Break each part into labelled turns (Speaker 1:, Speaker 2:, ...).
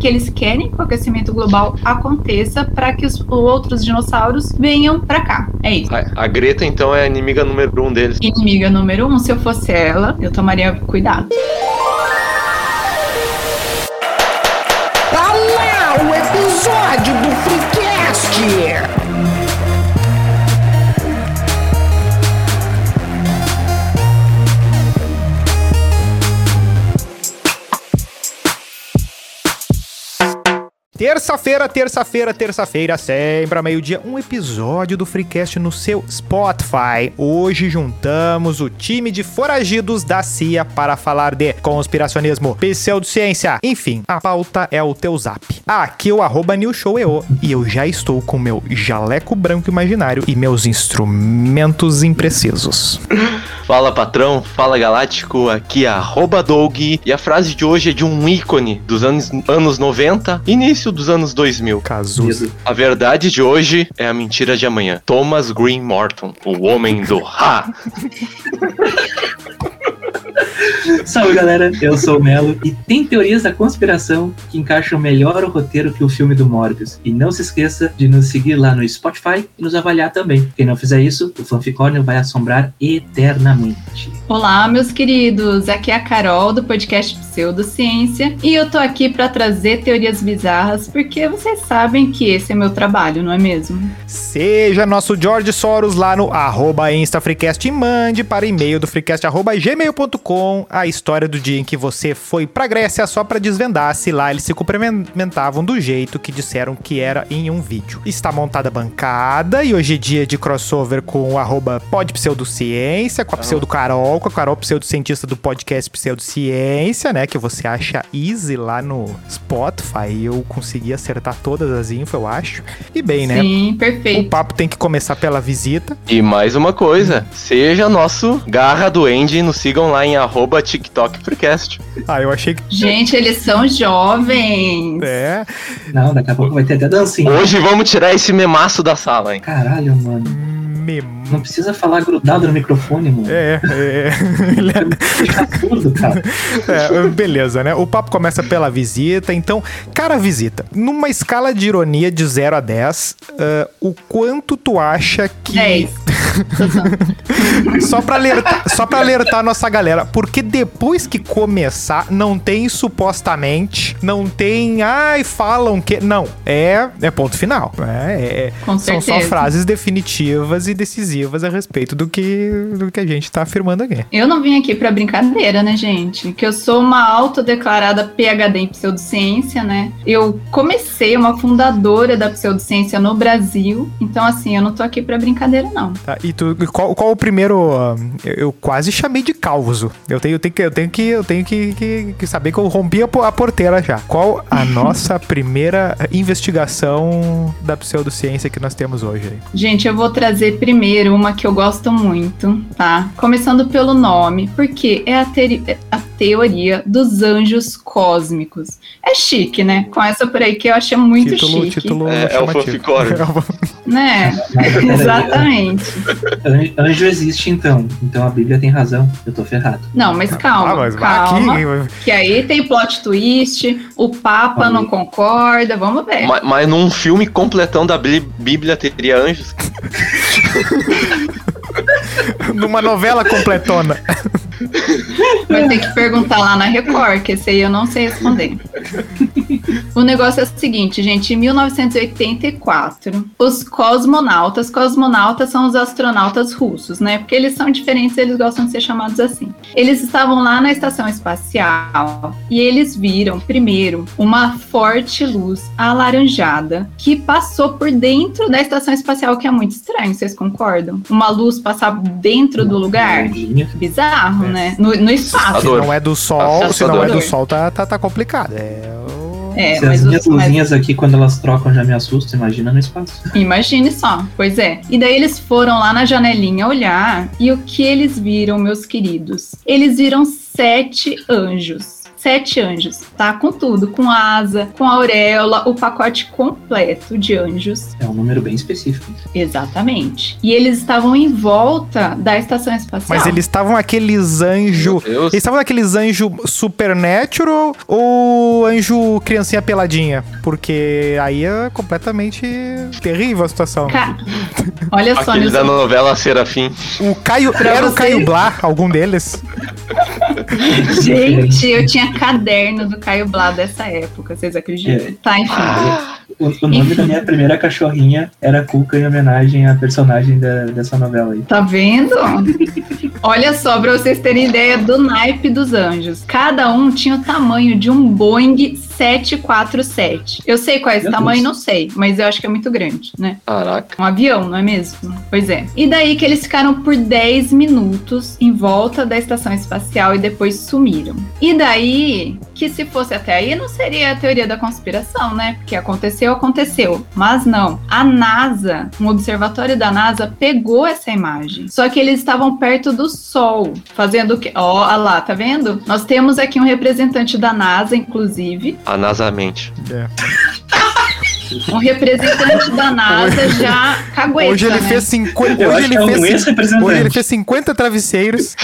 Speaker 1: que eles querem que o aquecimento global aconteça para que os outros dinossauros venham para cá. É isso.
Speaker 2: A, a, Greta, então, é a inimiga número um deles.
Speaker 1: Inimiga número um, se eu fosse ela, eu tomaria cuidado.
Speaker 3: Tá lá o episódio do Freecast!
Speaker 4: Terça-feira, terça-feira, terça-feira, sempre a meio-dia, um episódio do Freecast no seu Spotify. Hoje juntamos o time de foragidos da CIA para falar de conspiracionismo, pseudociência, enfim, a pauta é o teu zap. Aqui é o arroba newshoweo e eu já estou com meu jaleco branco imaginário e meus instrumentos imprecisos.
Speaker 2: Fala patrão, fala galáctico, aqui é arroba Doug e a frase de hoje é de um ícone dos anos, anos 90, início dos anos 2000.
Speaker 4: Cazuza.
Speaker 2: A verdade de hoje é a mentira de amanhã. Thomas Green Morton, o homem do Ha.
Speaker 5: Salve galera, eu sou o Melo e tem teorias da conspiração que encaixam melhor o roteiro que o filme do Morbius. E não se esqueça de nos seguir lá no Spotify e nos avaliar também. Quem não fizer isso, o fanficórnio vai assombrar eternamente.
Speaker 1: Olá, meus queridos, aqui é a Carol do podcast Pseudociência e eu tô aqui para trazer teorias bizarras porque vocês sabem que esse é meu trabalho, não é mesmo?
Speaker 4: Seja nosso George Soros lá no InstaFreecast e mande para e-mail do freecast.gmail.com a história do dia em que você foi pra Grécia só para desvendar se lá eles se cumprimentavam do jeito que disseram que era em um vídeo. Está montada a bancada e hoje é dia de crossover com o arroba pod pseudociência, com a pseudo Carol, com a Carol pseudocientista do podcast Pseudociência, né, que você acha easy lá no Spotify. Eu consegui acertar todas as info, eu acho. E bem, né?
Speaker 1: Sim, perfeito.
Speaker 4: O papo tem que começar pela visita.
Speaker 2: E mais uma coisa, seja nosso garra do Andy, nos sigam lá em arroba TikTok Freecast.
Speaker 4: Ah, eu achei que.
Speaker 1: Gente, eles são jovens.
Speaker 4: É.
Speaker 5: Não, daqui a pouco vai ter até dancinha.
Speaker 2: Hoje vamos tirar esse memaço da sala, hein?
Speaker 5: Caralho, mano.
Speaker 4: Memo.
Speaker 5: Não precisa falar grudado no microfone, mano.
Speaker 4: É, é.
Speaker 5: absurdo, cara.
Speaker 4: é, beleza, né? O papo começa pela visita. Então, cara, visita. Numa escala de ironia de 0 a 10, uh, o quanto tu acha que.
Speaker 1: 10.
Speaker 4: só pra alertar, só pra alertar a nossa galera, porque depois que começar, não tem supostamente, não tem, ai, falam que. Não, é, é ponto final. É, é,
Speaker 1: Com
Speaker 4: são só
Speaker 1: certeza.
Speaker 4: frases definitivas e decisivas a respeito do que, do que a gente tá afirmando aqui.
Speaker 1: Eu não vim aqui pra brincadeira, né, gente? Que eu sou uma autodeclarada PhD em pseudociência, né? Eu comecei uma fundadora da pseudociência no Brasil, então assim, eu não tô aqui pra brincadeira, não.
Speaker 4: Tá, e tu, e qual, qual o primeiro? ah, Eu, eu quase chamei de calvoso. Eu tenho, eu tenho que, eu tenho que, eu tenho que, que- que saber que eu rompi a, po- a porteira já. Qual a nossa primeira investigação da pseudociência que nós temos hoje? aí?
Speaker 1: Gente, eu vou trazer primeiro uma que eu gosto muito, tá? Começando pelo nome, porque é a, teri- é a teoria dos anjos cósmicos. É chique, né? Começa por aí que eu achei muito
Speaker 4: título,
Speaker 1: chique.
Speaker 4: título
Speaker 2: É, é o
Speaker 4: chamativo.
Speaker 2: fanficório.
Speaker 4: É o fan-
Speaker 1: Né? Exatamente.
Speaker 5: Anjo, anjo existe então. Então a Bíblia tem razão. Eu tô ferrado.
Speaker 1: Não, mas calma,
Speaker 4: Ah, mas
Speaker 1: calma.
Speaker 4: aqui...
Speaker 1: Que aí tem plot twist, o Papa
Speaker 5: Aí.
Speaker 1: não concorda, vamos ver.
Speaker 2: Mas, mas num filme completão da Bí- Bíblia teria anjos?
Speaker 4: Numa novela completona.
Speaker 1: Vai ter que perguntar lá na Record, que esse aí eu não sei responder. o negócio é o seguinte, gente. Em 1984, os cosmonautas, cosmonautas são os astronautas russos, né? Porque eles são diferentes, eles gostam de ser chamados assim. Eles estavam lá na estação espacial e eles viram, primeiro, uma forte luz alaranjada que passou por dentro da estação espacial, que é muito estranho, vocês concordam? Uma luz passar dentro do lugar?
Speaker 5: Anjinho.
Speaker 1: bizarro,
Speaker 4: É.
Speaker 1: né? No, no espaço.
Speaker 2: Assustador.
Speaker 4: Se não é do sol, se não é
Speaker 2: Assustador.
Speaker 4: do sol, tá, tá, tá complicado. É o-
Speaker 1: É,
Speaker 5: Se as
Speaker 1: mas,
Speaker 5: minhas
Speaker 1: os, mas
Speaker 5: luzinhas aqui, quando elas trocam, já me assustam. Imagina no espaço.
Speaker 1: imagine só, pois é. E daí eles foram lá na janelinha olhar e o que eles viram, meus queridos? Eles viram sete anjos. sete anjos, tá? Com tudo, com asa, com auréola, o pacote completo de anjos.
Speaker 5: É um número bem específico.
Speaker 1: Exatamente. E eles estavam em volta da estação espacial.
Speaker 4: Mas eles estavam aqueles
Speaker 2: Meu
Speaker 4: anjo.
Speaker 2: Deus.
Speaker 4: Eles estavam aqueles anjo supernatural ou anjo criancinha peladinha? Porque aí é completamente terrível a situação.
Speaker 1: Ca- Olha só,
Speaker 2: Aqueles da
Speaker 1: Nilson,
Speaker 2: novela Serafim.
Speaker 4: O Caio.
Speaker 1: Pra
Speaker 4: Era o
Speaker 1: você-
Speaker 4: Caio Blá, algum deles?
Speaker 1: Gente, eu tinha caderno do Caio Blá dessa época, vocês acreditam?
Speaker 5: É.
Speaker 1: Tá, enfim.
Speaker 5: O, o nome da minha primeira cachorrinha era Cuca em homenagem à personagem da- dessa novela aí.
Speaker 1: Tá vendo? Olha só, pra vocês terem ideia do naipe dos anjos. Cada um tinha o tamanho de um Boeing 747. Eu sei qual é esse
Speaker 5: Meu
Speaker 1: tamanho, não
Speaker 5: Deus.
Speaker 1: sei, mas eu acho que é muito grande, né?
Speaker 2: Caraca.
Speaker 1: Um avião, não é mesmo? Pois é. E daí que eles ficaram por 10 minutos em volta da estação espacial e depois sumiram. E daí que se fosse até aí não seria a teoria da conspiração, né? Porque aconteceu, aconteceu. Mas não. A NASA, um observatório da NASA, pegou essa imagem. Só que eles estavam perto do Sol, fazendo o quê? Ó, olha lá, tá vendo? Nós temos aqui um representante da NASA, inclusive.
Speaker 2: A NASA mente.
Speaker 4: É.
Speaker 1: Um representante da NASA já cagueta,
Speaker 4: Hoje ele
Speaker 1: né?
Speaker 4: fez 50.
Speaker 5: Eu
Speaker 4: Hoje
Speaker 5: acho
Speaker 4: ele
Speaker 5: que é um
Speaker 4: fez cin-
Speaker 5: ex-representante.
Speaker 4: Hoje ele fez 50 travesseiros.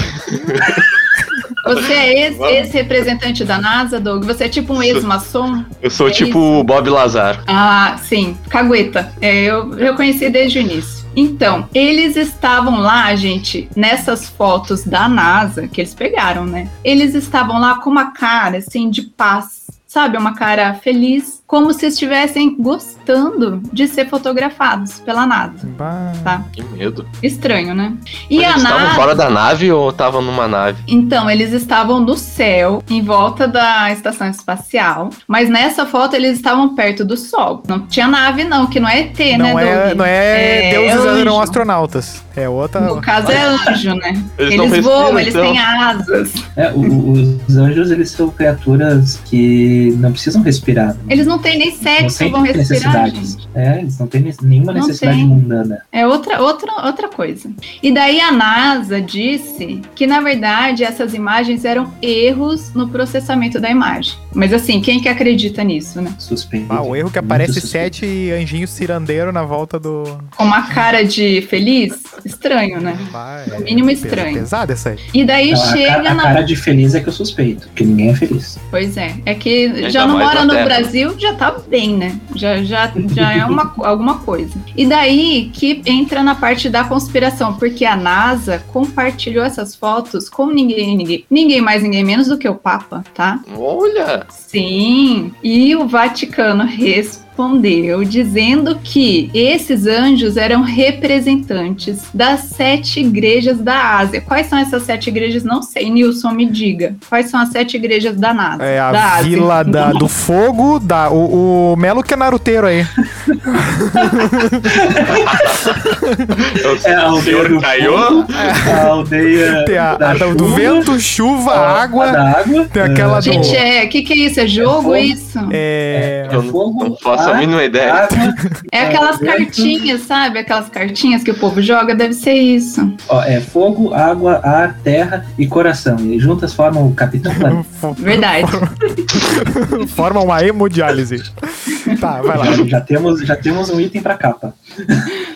Speaker 1: Você é ex-
Speaker 2: Vamos.
Speaker 1: ex-representante da NASA, Doug? Você é tipo um ex-maçom?
Speaker 2: Eu sou
Speaker 1: É
Speaker 2: tipo o Bob Lazar.
Speaker 1: Ah, sim, cagueta. É, eu, eu conheci desde o início. Então, eles estavam lá, gente, nessas fotos da NASA que eles pegaram, né? Eles estavam lá com uma cara, assim, de paz, sabe? Uma cara feliz, como se estivessem gostando de ser fotografados pela NASA.
Speaker 4: Bah.
Speaker 1: Tá.
Speaker 2: Que medo.
Speaker 1: Estranho, né?
Speaker 2: Mas eles estavam fora da nave ou estavam numa nave?
Speaker 1: Então, eles estavam no céu, em volta da estação espacial, mas nessa foto eles estavam perto do Sol. Não tinha nave, não, que não é ET, né,
Speaker 4: Não é,
Speaker 1: Doug?
Speaker 4: não é,
Speaker 1: É,
Speaker 4: deuses
Speaker 1: anjo.
Speaker 4: eram astronautas. É outra.
Speaker 1: No caso é anjo, né?
Speaker 2: não
Speaker 1: Eles
Speaker 2: respiram,
Speaker 1: voam, eles
Speaker 2: então?
Speaker 1: têm asas.
Speaker 5: É, o- o- os anjos, eles são criaturas que não precisam respirar. né?
Speaker 1: Eles não têm nem
Speaker 5: não
Speaker 1: sexo,
Speaker 5: têm
Speaker 1: vão respirar.
Speaker 5: necessidades.
Speaker 1: gente.
Speaker 5: É, eles não têm ne- nenhuma
Speaker 1: Não
Speaker 5: necessidade
Speaker 1: tem.
Speaker 5: mundana.
Speaker 1: É outra, outra, outra coisa. E daí a NASA disse que, na verdade, essas imagens eram erros no processamento da imagem. Mas assim, quem que acredita nisso, né?
Speaker 5: Suspeito.
Speaker 4: Ah, o erro que
Speaker 5: Muito
Speaker 4: aparece
Speaker 5: suspeito.
Speaker 4: sete anjinhos cirandeiro na volta do.
Speaker 1: Com uma cara de feliz? Estranho, né?
Speaker 4: Bah, é
Speaker 1: No mínimo
Speaker 4: pes-
Speaker 1: estranho.
Speaker 4: Pesada essa aí.
Speaker 1: E daí
Speaker 5: Então, a,
Speaker 1: chega
Speaker 5: cara, a
Speaker 1: na.
Speaker 5: cara de feliz é que eu suspeito, porque ninguém é feliz.
Speaker 1: Pois é. É que
Speaker 2: Ainda
Speaker 1: já não
Speaker 2: mais
Speaker 1: mora
Speaker 2: na
Speaker 1: no
Speaker 2: Terra.
Speaker 1: Brasil, já tá bem, né? Já, já, já é uma, co- alguma coisa. E daí que entra na parte da conspiração, porque a NASA compartilhou essas fotos com ninguém, ninguém, ninguém mais, ninguém menos do que o Papa, tá?
Speaker 2: Olha!
Speaker 1: Sim, e o Vaticano respondeu dizendo que esses anjos eram representantes das sete igrejas da Ásia. Quais são essas sete igrejas? Não sei, Nilson, me diga. Quais são as sete igrejas da NASA?
Speaker 4: É a
Speaker 1: da Ásia.
Speaker 4: Vila da- do Fogo, da, o, o Melo que é naruteiro aí.
Speaker 5: É a
Speaker 2: O
Speaker 5: aldeia
Speaker 2: senhor
Speaker 5: do
Speaker 2: caiu?
Speaker 5: A aldeia
Speaker 4: É. Tem a,
Speaker 5: É, da
Speaker 4: a da- do
Speaker 5: chuva,
Speaker 4: vento, chuva,
Speaker 5: a- a
Speaker 4: água.
Speaker 5: Da água.
Speaker 4: Tem
Speaker 5: é,
Speaker 4: aquela do.
Speaker 1: Gente, é, o que, que é isso? É jogo
Speaker 5: É fogo.
Speaker 1: isso?
Speaker 4: É,
Speaker 5: é
Speaker 2: Eu não-
Speaker 5: fogo,
Speaker 2: Não faço a
Speaker 5: ar,
Speaker 2: mínima ideia.
Speaker 5: água.
Speaker 1: É aquelas
Speaker 5: é.
Speaker 1: cartinhas, sabe? Aquelas cartinhas que o povo joga, deve ser isso.
Speaker 5: Ó, é fogo, água, ar, terra e coração. E juntas formam o Capitão Planeta.
Speaker 1: Verdade.
Speaker 4: forma uma hemodiálise. tá, vai lá.
Speaker 5: Já, já temos, já temos um item pra capa.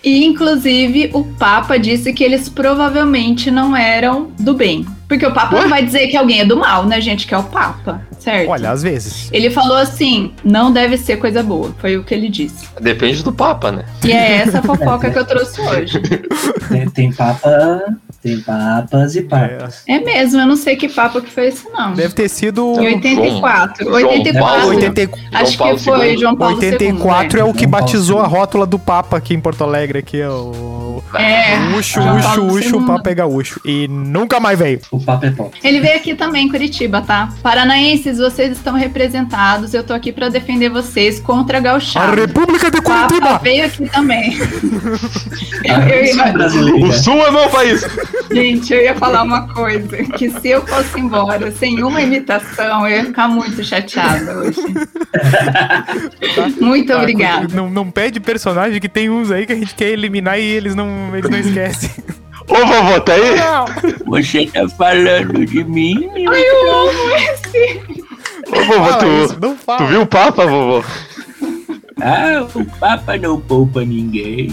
Speaker 1: E, inclusive, o Papa disse que eles provavelmente não eram do bem. Porque o Papa não vai dizer que alguém é do mal, né, gente? Que é o Papa, certo?
Speaker 4: Olha, às vezes.
Speaker 1: Ele falou assim: não deve ser coisa boa. Foi o que ele disse.
Speaker 2: Depende do Papa, né?
Speaker 1: E é essa a fofoca que eu trouxe hoje.
Speaker 5: Tem, tem papa, tem papas e papas.
Speaker 4: É,
Speaker 1: É mesmo, eu não sei que Papa que foi esse, não.
Speaker 4: deve ter sido.
Speaker 1: Em 84.
Speaker 2: João
Speaker 1: 84.
Speaker 2: Paulo.
Speaker 4: 84.
Speaker 1: Acho
Speaker 2: Paulo
Speaker 1: que foi
Speaker 2: II.
Speaker 1: João Paulo né? II.
Speaker 4: 84 é o que
Speaker 5: João Paulo
Speaker 4: batizou a
Speaker 5: II.
Speaker 4: rótula do Papa aqui em Porto Alegre, aqui, é o.
Speaker 1: É.
Speaker 4: Ucho,
Speaker 1: João
Speaker 4: ucho,
Speaker 1: Paulo
Speaker 4: ucho, o
Speaker 1: II.
Speaker 4: Papa é gaúcho. E nunca mais veio.
Speaker 5: O papa é pop.
Speaker 1: Ele veio aqui também em Curitiba, tá? Paranaenses, vocês estão representados. Eu tô aqui pra defender vocês contra a
Speaker 4: A
Speaker 1: gauchada.
Speaker 4: República de
Speaker 1: Papa
Speaker 4: Curitiba!
Speaker 1: veio aqui também.
Speaker 5: A
Speaker 1: Eu
Speaker 5: Revolução
Speaker 1: ia-
Speaker 5: brasileira.
Speaker 2: O Sul é meu país!
Speaker 1: gente, eu ia falar uma coisa: que se eu fosse embora sem uma imitação, eu ia ficar muito chateada hoje. Muito
Speaker 4: Ah,
Speaker 1: obrigada.
Speaker 4: Não, não pede personagem que tem uns aí que a gente quer eliminar e eles não, eles não esquecem.
Speaker 2: Ô vovô, tá aí?
Speaker 4: Não.
Speaker 6: Você tá falando de mim?
Speaker 1: Ai, eu amo esse.
Speaker 2: Ô, vovô,
Speaker 4: Fala
Speaker 2: tu,
Speaker 4: isso, não fala.
Speaker 2: tu viu o Papa, vovô?
Speaker 5: Ah, o Papa não poupa ninguém.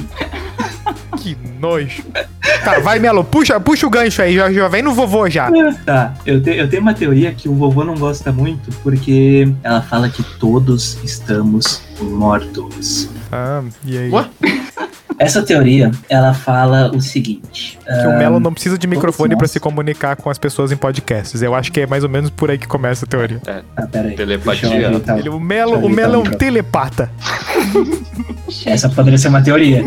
Speaker 4: Que nojo. Cara, Tá, vai, Melo, puxa, puxa o gancho aí, já, já vem no vovô já.
Speaker 5: Tá, eu, te- eu tenho uma teoria que o vovô não gosta muito, porque ela fala que todos estamos mortos.
Speaker 4: Ah, e aí?
Speaker 2: Ué?
Speaker 5: Essa teoria, ela fala o seguinte.
Speaker 4: Que o Melo não precisa de microfone
Speaker 5: todos
Speaker 4: pra
Speaker 5: nós.
Speaker 4: se comunicar com as pessoas em podcasts. Eu acho que é mais ou menos por aí que começa a teoria.
Speaker 5: Ah, peraí.
Speaker 2: Telepatia.
Speaker 5: deixa eu ajeitar.
Speaker 4: Ele- o Melo, o
Speaker 5: Deixa eu
Speaker 4: Melo é um
Speaker 5: ver, tá.
Speaker 4: telepata.
Speaker 5: Essa poderia ser uma teoria.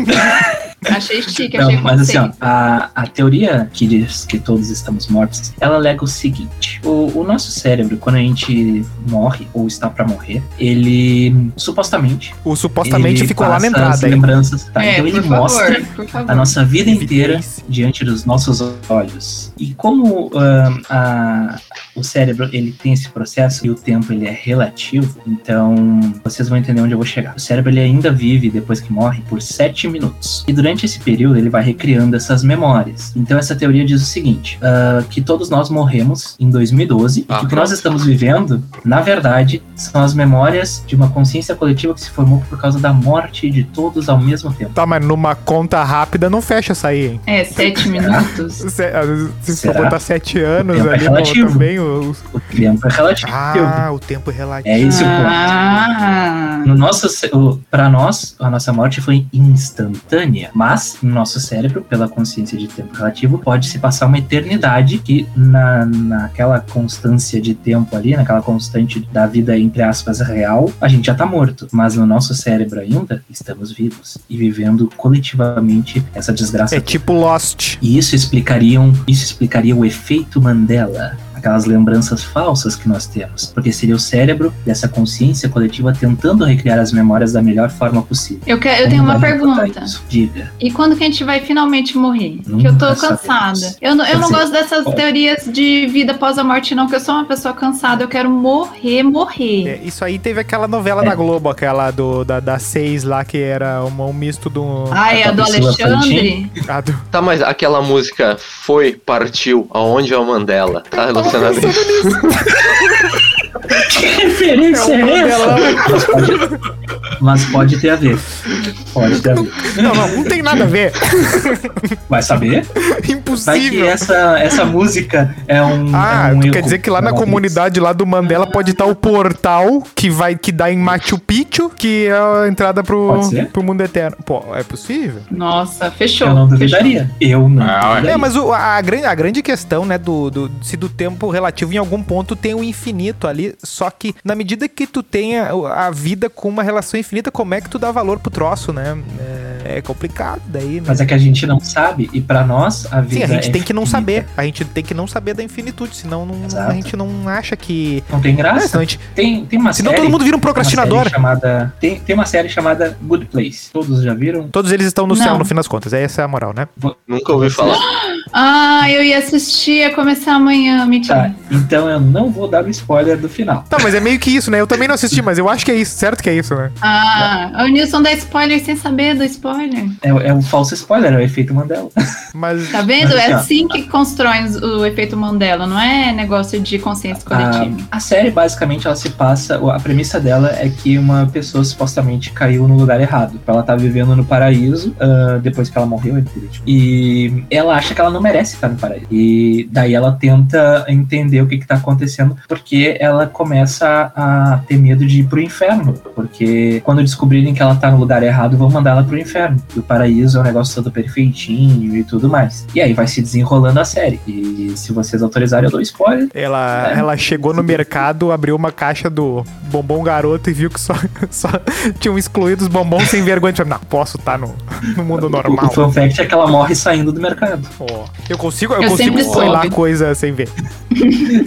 Speaker 1: Achei chique, achei
Speaker 5: Não, mas assim, ó,
Speaker 1: conceito.
Speaker 5: a, a teoria que diz que todos estamos mortos, ela alega o seguinte: o, o nosso cérebro, quando a gente morre ou está pra morrer, ele supostamente.
Speaker 4: O supostamente
Speaker 5: ele
Speaker 4: ficou lá na
Speaker 5: passa as
Speaker 4: entrada, hein?
Speaker 5: lembranças, tá?
Speaker 1: é,
Speaker 5: então ele
Speaker 1: por
Speaker 5: mostra
Speaker 1: favor, por favor.
Speaker 5: a nossa vida inteira
Speaker 4: Evidência.
Speaker 5: diante dos nossos olhos. E como ahn, a- o cérebro ele tem esse processo e o tempo ele é relativo, então vocês vão entender onde eu vou chegar. O cérebro ele ainda vive depois que morre por 7 minutos. E durante esse período ele vai recriando essas memórias. Então essa teoria diz o seguinte: ah, que todos nós morremos em 2012
Speaker 2: Ah,
Speaker 5: e que o que nós
Speaker 2: pronto.
Speaker 5: estamos vivendo, na verdade, são as memórias de uma consciência coletiva que se formou por causa da morte de todos ao mesmo tempo.
Speaker 4: Tá, mas numa conta rápida não fecha essa aí, hein?
Speaker 1: É, sete minutos.
Speaker 4: Se, às vezes, se for
Speaker 5: Será?
Speaker 4: botar sete anos
Speaker 5: Tempo é
Speaker 4: ali, bom,
Speaker 5: relativo.
Speaker 4: também o...
Speaker 5: O tempo é relativo.
Speaker 4: Ah, o tempo é relativo.
Speaker 5: É esse o ponto.
Speaker 1: Ah,
Speaker 5: No nosso, cé- o- pra nós, a nossa morte foi instantânea, mas no nosso cérebro, pela consciência de tempo relativo, pode se passar uma eternidade que na, naquela constância de tempo ali, naquela constante da vida, entre aspas, real, a gente já tá morto. Mas no nosso cérebro ainda, estamos vivos e vivendo coletivamente essa desgraça
Speaker 4: É tipo Lost.
Speaker 5: e isso explicariam, isso explicaria o efeito Mandela, aquelas lembranças falsas que nós temos, porque seria o cérebro dessa consciência coletiva tentando recriar as memórias da melhor forma possível.
Speaker 1: eu, quero, eu tenho
Speaker 5: Como
Speaker 1: uma
Speaker 5: vai refutar
Speaker 1: pergunta.
Speaker 5: isso? Diga.
Speaker 1: E quando que a gente vai finalmente morrer? que
Speaker 5: Nunca
Speaker 1: eu tô
Speaker 5: sabemos.
Speaker 1: cansada. Eu, não- eu
Speaker 5: Quer
Speaker 1: não
Speaker 5: dizer,
Speaker 1: gosto dessas
Speaker 5: Assim, ó.
Speaker 1: teorias de vida após a morte, não, que eu sou uma pessoa cansada. Eu quero morrer, morrer.
Speaker 4: É, isso aí teve aquela novela
Speaker 5: É.
Speaker 4: da Globo, aquela do, da, da Seis lá, que era uma- um misto do.
Speaker 1: Ai, a
Speaker 5: Aquela
Speaker 1: do
Speaker 5: pessoa
Speaker 1: Alexandre?
Speaker 4: Ah, do...
Speaker 2: Tá, mas aquela música foi, partiu, aonde é o Mandela? Tá relacionado a isso?
Speaker 5: Que referência é essa? Mas pode, mas pode ter a ver. Pode ter a ver.
Speaker 4: Não, não, não tem nada a ver.
Speaker 5: Vai saber? Vai que
Speaker 4: Impossível.
Speaker 5: essa, essa música é um.
Speaker 4: Ah,
Speaker 5: é um
Speaker 4: tu quer
Speaker 5: eco
Speaker 4: dizer que lá
Speaker 5: da
Speaker 4: na
Speaker 5: Matrix.
Speaker 4: comunidade lá do Mandela pode estar o portal que vai que dá em Machu Picchu, que é a entrada pro,
Speaker 5: Pode ser?
Speaker 4: pro mundo eterno. Pô, é possível?
Speaker 1: Nossa, fechou.
Speaker 5: Eu não
Speaker 1: fechou.
Speaker 5: duvidaria. Eu não.
Speaker 6: Ah, ué.
Speaker 5: duvidaria.
Speaker 4: É, mas o- a, grande, a grande questão, né, do, do- se do tempo relativo em algum ponto tem o infinito ali, só que na medida que tu tenha o- a vida com uma relação infinita, como é que tu dá valor pro troço, né? É, é complicado daí, né?
Speaker 5: Mas é que a gente não sabe, e pra nós a
Speaker 4: Sim,
Speaker 5: vida.
Speaker 4: a gente
Speaker 5: é
Speaker 4: tem que não
Speaker 5: finita.
Speaker 4: saber. A gente tem que não saber da infinitude, senão não-
Speaker 5: Exato.
Speaker 4: a gente não acha que.
Speaker 5: Não tem
Speaker 4: É,
Speaker 5: graça.
Speaker 4: senão a gente-
Speaker 5: Tem, tem uma
Speaker 4: senão
Speaker 5: série. é
Speaker 4: todo mundo vira um
Speaker 5: uma
Speaker 4: procrastinador.
Speaker 5: série chamada, tem, tem uma série chamada Good Place. Todos já viram?
Speaker 4: Todos eles estão no
Speaker 1: Não.
Speaker 4: céu, no fim das contas. Essa é a moral, né?
Speaker 2: Nunca ouvi falar.
Speaker 1: Ah, eu ia assistir, ia começar amanhã, mentira.
Speaker 5: Tá, então eu não vou dar o spoiler do final.
Speaker 4: Tá, mas é meio que isso, né? Eu também não assisti, mas eu acho que é isso. Certo que é isso, né?
Speaker 1: Ah, o Nilson dá spoiler sem saber do spoiler.
Speaker 5: É, é um falso spoiler, é o efeito Mandela.
Speaker 4: Mas.
Speaker 1: Tá vendo?
Speaker 5: Mas,
Speaker 1: É
Speaker 5: ó.
Speaker 1: assim que constrói os- o efeito Mandela, não é negócio de consciência
Speaker 5: A,
Speaker 1: coletiva.
Speaker 5: a série, basicamente, ela se passa. A premissa dela é que uma pessoa supostamente caiu no lugar errado. Ela tá vivendo no paraíso ah, depois que ela morreu, evidentemente. E ela acha que ela não merece estar no paraíso. E daí ela tenta entender o que, que tá acontecendo, porque ela começa a ter medo de ir pro inferno. Porque quando descobrirem que ela tá no lugar errado, vão mandar ela pro inferno. E o paraíso é um negócio todo perfeitinho e tudo mais. E aí vai se desenrolando a série. E se vocês autorizarem, eu dou spoiler.
Speaker 4: Ela, ela chegou no mercado, abriu uma caixa do bombom garoto e viu que só, só tinham excluído os bombons sem vergonha. Tipo, Não, posso estar no, no mundo
Speaker 5: O
Speaker 4: normal.
Speaker 5: fun fact é que ela morre saindo do mercado.
Speaker 4: Ó, eu consigo, eu
Speaker 1: Eu
Speaker 4: consigo
Speaker 1: sempre soube.
Speaker 4: spoiler coisa sem ver.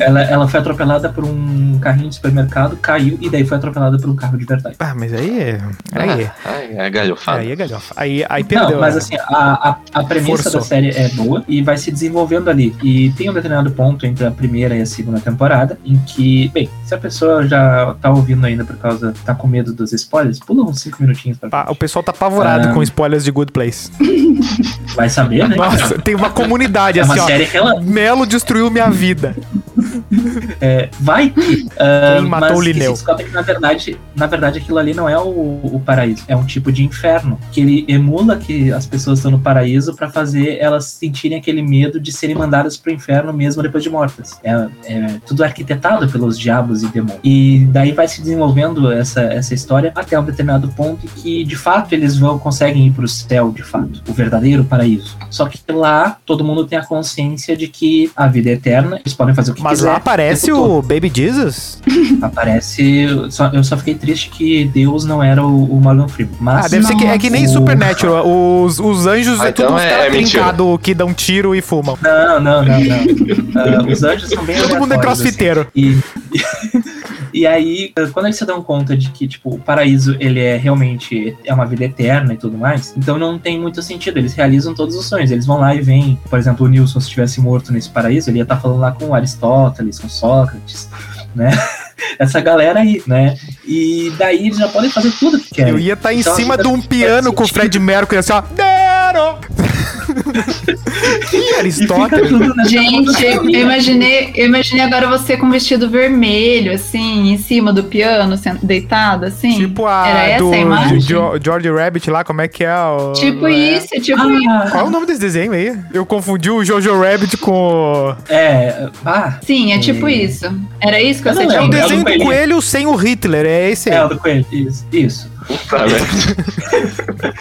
Speaker 5: Ela, ela foi atropelada por um carrinho de supermercado, caiu e daí foi atropelada por um carro de verdade.
Speaker 4: Ah, mas aí é. Aí é.
Speaker 2: Ai, é galhofada.
Speaker 4: Aí é galhofa. Aí, aí perdeu.
Speaker 5: Ah, Não, mas
Speaker 4: né?
Speaker 5: assim, a, a, a premissa
Speaker 4: Forçou.
Speaker 5: da série é boa e vai se desenvolvendo ali. E tem um determinado ponto entre a primeira e a segunda temporada em que, bem, se a pessoa já tá ouvindo ainda por causa, tá com medo dos spoilers, pula uns 5 minutinhos pra
Speaker 4: Tá, o
Speaker 5: frente.
Speaker 4: pessoal tá apavorado
Speaker 5: Ah.
Speaker 4: com spoilers de Good Place.
Speaker 5: Vai saber, né?
Speaker 4: Nossa, tem uma comunidade
Speaker 5: É uma
Speaker 4: assim, ó.
Speaker 5: série que ela.
Speaker 4: Melo destruiu minha vida.
Speaker 5: É, vai que. ah,
Speaker 4: Quem matou
Speaker 5: mas
Speaker 4: o
Speaker 5: que
Speaker 4: Linneu?
Speaker 5: se descobre que, na verdade, na verdade, aquilo ali não é o, o paraíso. É um tipo de inferno. Que ele emula que as pessoas estão no paraíso pra fazer elas sentirem aquele medo de serem mandadas pro inferno mesmo depois de mortas. É, é tudo arquitetado pelos diabos e demônios. E daí vai se desenvolvendo essa, essa história até um determinado ponto que, de fato, eles vão conseguem ir pro céu, de fato. O verdadeiro paraíso. Só que lá todo mundo tem a consciência de que a vida é eterna, eles podem fazer o que
Speaker 4: Mas
Speaker 5: quiser.
Speaker 4: lá aparece
Speaker 5: tempo
Speaker 4: o Baby Jesus?
Speaker 5: Aparece. Só, eu só fiquei triste que Deus não era o, o Morgan Freeman. Mas
Speaker 4: Ah, deve ser que é que nem
Speaker 5: o-
Speaker 4: Supernatural. Os, os anjos
Speaker 2: Ah,
Speaker 4: é tudo
Speaker 2: então
Speaker 4: uns
Speaker 2: é-
Speaker 4: caras
Speaker 2: é mentira.
Speaker 4: trincados que dão tiro e fumam.
Speaker 5: Não, não, não, não. Ah, os anjos são bem.
Speaker 4: Todo mundo é
Speaker 5: aleatórios, assim.
Speaker 4: crossfiteiro.
Speaker 5: E, e aí, quando eles se dão conta de que, tipo, o paraíso, ele é realmente, é uma vida eterna e tudo mais, então não tem muito sentido, eles realizam todos os sonhos, eles vão lá e vêm, por exemplo, o Nilson, se estivesse morto nesse paraíso, ele ia estar falando lá com Aristóteles, com Sócrates, né, essa galera aí, né, e daí eles já podem fazer tudo que
Speaker 4: Eu
Speaker 1: é.
Speaker 5: querem.
Speaker 4: ia estar em
Speaker 5: Então,
Speaker 4: cima
Speaker 5: acho
Speaker 2: é
Speaker 4: de um
Speaker 2: tipo
Speaker 5: que-
Speaker 4: piano com o Fred Mercury assim, ó. Dero! Ih,
Speaker 5: E fica
Speaker 4: Aristóteles.
Speaker 5: tudo nessa
Speaker 1: Gente, Então, eu
Speaker 5: monotonia.
Speaker 1: imaginei, eu imaginei agora você com um vestido vermelho, assim, em cima do piano, sen- deitada, assim.
Speaker 4: Tipo a
Speaker 1: Era essa
Speaker 4: do
Speaker 1: a imagem?
Speaker 4: Jo- George Rabbit lá, como é que é? O,
Speaker 1: Tipo
Speaker 4: é.
Speaker 1: isso, tipo isso.
Speaker 5: Ah,
Speaker 4: Qual é o nome desse desenho aí? Eu confundi o Jojo Rabbit com. o-
Speaker 5: é, ah,
Speaker 1: Sim, é tipo
Speaker 5: É.
Speaker 1: isso. Era isso que
Speaker 5: Eu
Speaker 1: você
Speaker 4: Hum.
Speaker 5: não
Speaker 4: É
Speaker 1: tinha
Speaker 4: um
Speaker 5: lembro.
Speaker 1: visto?
Speaker 4: desenho do
Speaker 5: Coelhinho.
Speaker 4: coelho sem o Hitler, é esse aí.
Speaker 5: é o do coelho, isso, isso.
Speaker 2: Puta merda.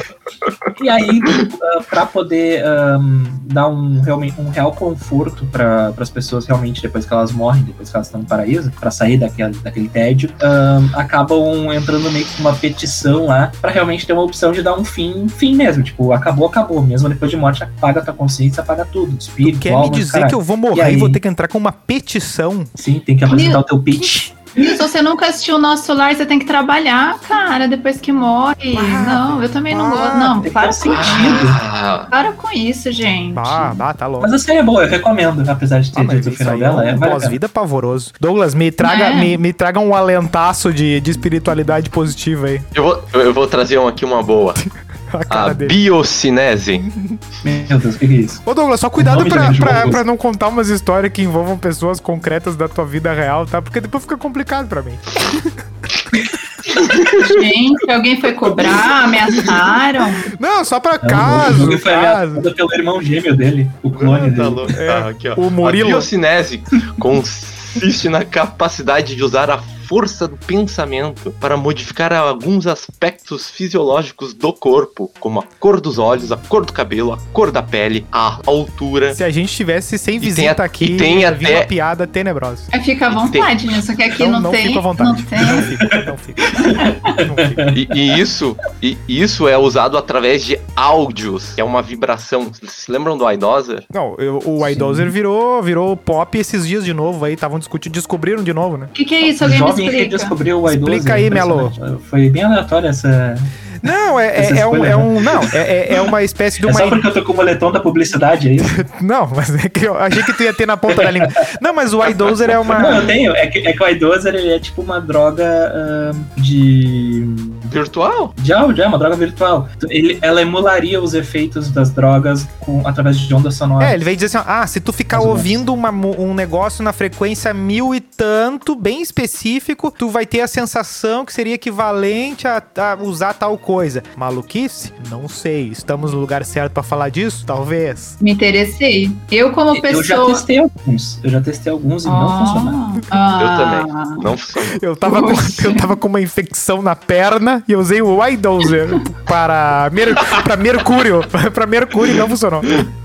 Speaker 5: E aí, ah, pra poder ahm, dar um, realmente, um real conforto para as pessoas realmente depois que elas morrem, depois que elas estão no paraíso, pra sair daquele, daquele tédio, ahm, acabam entrando meio que com uma petição lá pra realmente ter uma opção de dar um fim, fim mesmo. Tipo, acabou, acabou. Mesmo depois de morte, apaga tua consciência, apaga tudo. Espírito,
Speaker 4: Quer me
Speaker 5: alma,
Speaker 4: dizer
Speaker 5: caralho.
Speaker 4: que eu vou
Speaker 5: E
Speaker 4: morrer e,
Speaker 5: aí?
Speaker 4: vou ter que entrar com uma petição?
Speaker 5: Sim, tem que apresentar o teu pitch.
Speaker 1: Se você nunca assistiu o nosso lar, você tem que trabalhar, cara, depois que morre. não, eu também não
Speaker 4: ah,
Speaker 1: gosto. Não,
Speaker 5: tem que
Speaker 1: para
Speaker 5: ter um
Speaker 1: com isso.
Speaker 5: sentido.
Speaker 2: Ah,
Speaker 1: Para com isso, gente.
Speaker 4: Ah, ah, tá louco.
Speaker 5: Mas a série é boa, eu recomendo, apesar de ter
Speaker 4: Ah, mas
Speaker 5: dito o
Speaker 4: isso
Speaker 5: final
Speaker 4: aí é
Speaker 5: dela. É,
Speaker 4: um
Speaker 5: vale a pena.
Speaker 4: pós-vida pavoroso. Douglas, me traga,
Speaker 1: É.
Speaker 4: me, me traga um alentaço de, de espiritualidade positiva aí.
Speaker 2: eu, vou, eu vou trazer um aqui uma boa.
Speaker 4: A cara
Speaker 2: A
Speaker 4: dele.
Speaker 2: biocinese.
Speaker 5: Meu Deus, o que que é isso?
Speaker 4: Ô Douglas, só cuidado
Speaker 5: nome
Speaker 4: pra,
Speaker 5: também de
Speaker 4: pra-
Speaker 5: Douglas.
Speaker 4: pra não contar umas histórias que envolvam pessoas concretas da tua vida real, tá? Porque depois fica complicado pra mim.
Speaker 1: Gente, alguém foi cobrar, ameaçaram.
Speaker 4: Não, só pra
Speaker 5: Não,
Speaker 4: caso,
Speaker 5: Doug foi
Speaker 4: caso.
Speaker 5: ameaçado pelo irmão gêmeo dele, o clone
Speaker 2: Tá
Speaker 5: dele.
Speaker 2: louco. Tá, aqui, ó.
Speaker 4: O
Speaker 2: A
Speaker 4: Murilo.
Speaker 2: biocinese consiste na capacidade de usar a força do pensamento para modificar alguns aspectos fisiológicos do corpo, como a cor dos olhos, a cor do cabelo, a cor da pele, a altura.
Speaker 4: Se a gente tivesse sem
Speaker 2: E tem
Speaker 4: visita
Speaker 2: a- e
Speaker 4: aqui,
Speaker 2: tem
Speaker 4: ia vir
Speaker 2: até-
Speaker 4: uma piada tenebrosa.
Speaker 1: É, Fica à vontade, né? Só que aqui
Speaker 4: Então
Speaker 1: não,
Speaker 4: não,
Speaker 1: tem.
Speaker 4: fico à vontade.
Speaker 1: Não tem.
Speaker 4: Não fico, não fico. Não fico.
Speaker 2: E, e isso e isso é usado através de áudios, que é uma vibração. Vocês se lembram do Aidosa?
Speaker 4: Não, eu- o iDozer virou, virou pop esses dias de novo aí, estavam discutindo, descobriram de novo, né?
Speaker 1: O que, que é isso?
Speaker 5: O
Speaker 1: Alguém me
Speaker 5: jovem que
Speaker 1: explica.
Speaker 5: descobriu o idoso.
Speaker 4: Explica aí, Melo.
Speaker 5: impressionante. Foi bem aleatório essa.
Speaker 4: Não, é, é,
Speaker 5: Essa
Speaker 4: é um,
Speaker 5: escolha, né?
Speaker 4: é um- Não, é, é- é uma espécie de
Speaker 5: É
Speaker 4: uma.
Speaker 5: só porque eu tô com o moletom da publicidade aí.
Speaker 4: Não, mas é que eu achei que tu ia ter na ponta da língua. Não, mas o iDozer é
Speaker 5: Não, eu
Speaker 4: uma.
Speaker 5: tenho. É que, é que o idoso ele é tipo uma droga ahn, de.
Speaker 2: Virtual?
Speaker 5: de áudio, é uma droga virtual. Ele, ela emularia os efeitos das drogas com, através de onda sonora.
Speaker 4: É, ele veio dizer assim: ó, ah, se tu ficar
Speaker 5: Mais ou
Speaker 4: ouvindo uma mu- um negócio na frequência mil e tanto, bem específico, tu vai ter a sensação que seria equivalente a, a usar tal coisa. Maluquice? Não sei. Estamos no lugar certo pra falar disso? Talvez.
Speaker 1: Me interessei. Eu, como
Speaker 5: eu já
Speaker 1: pessoa. Ah.
Speaker 5: testei alguns. Eu já testei alguns e não funcionaram.
Speaker 2: Eu
Speaker 1: também.
Speaker 2: Não funciona.
Speaker 4: Eu tava, com,
Speaker 1: Oxe.
Speaker 4: eu tava com uma infecção na perna e eu usei o iDozer para, mer, pra Mercúrio. pra Mercúrio não funcionou.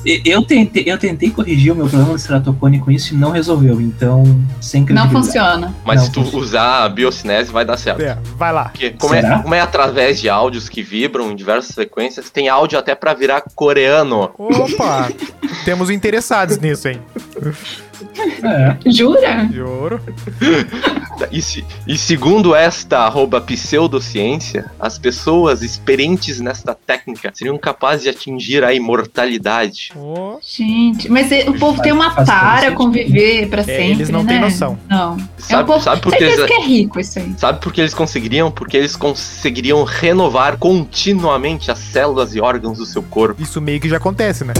Speaker 5: E- Eu tentei, eu tentei corrigir o meu problema de ceratocone com isso e não resolveu. Então, sem
Speaker 1: Ah, Não
Speaker 5: credibilidade.
Speaker 1: funciona.
Speaker 2: Mas
Speaker 5: Não
Speaker 2: se tu
Speaker 5: funciona.
Speaker 2: usar a biocinese, vai dar certo.
Speaker 4: É, vai lá.
Speaker 2: Porque como é,
Speaker 5: Será?
Speaker 2: como é através de áudios que vibram em diversas frequências, tem áudio até pra virar coreano.
Speaker 4: Opa! Temos interessados nisso, hein?
Speaker 5: É.
Speaker 1: Jura?
Speaker 4: Juro.
Speaker 2: E, se- e segundo esta arroba pseudociência, as pessoas experientes nesta técnica seriam capazes de atingir a imortalidade.
Speaker 4: Ô,
Speaker 1: Gente, mas e- o povo tem uma
Speaker 5: Faz- faz
Speaker 1: tara
Speaker 5: todo
Speaker 1: com viver pra sempre.
Speaker 4: É, eles não
Speaker 1: né?
Speaker 4: têm noção.
Speaker 1: Não. é um
Speaker 2: Sabe,
Speaker 1: povo.
Speaker 2: sabe por que
Speaker 1: Certeza
Speaker 2: eles,
Speaker 1: que é rico isso aí.
Speaker 2: sabe por que eles conseguiriam? Porque eles conseguiriam renovar continuamente as células e órgãos do seu corpo.
Speaker 4: Isso meio que já acontece, né?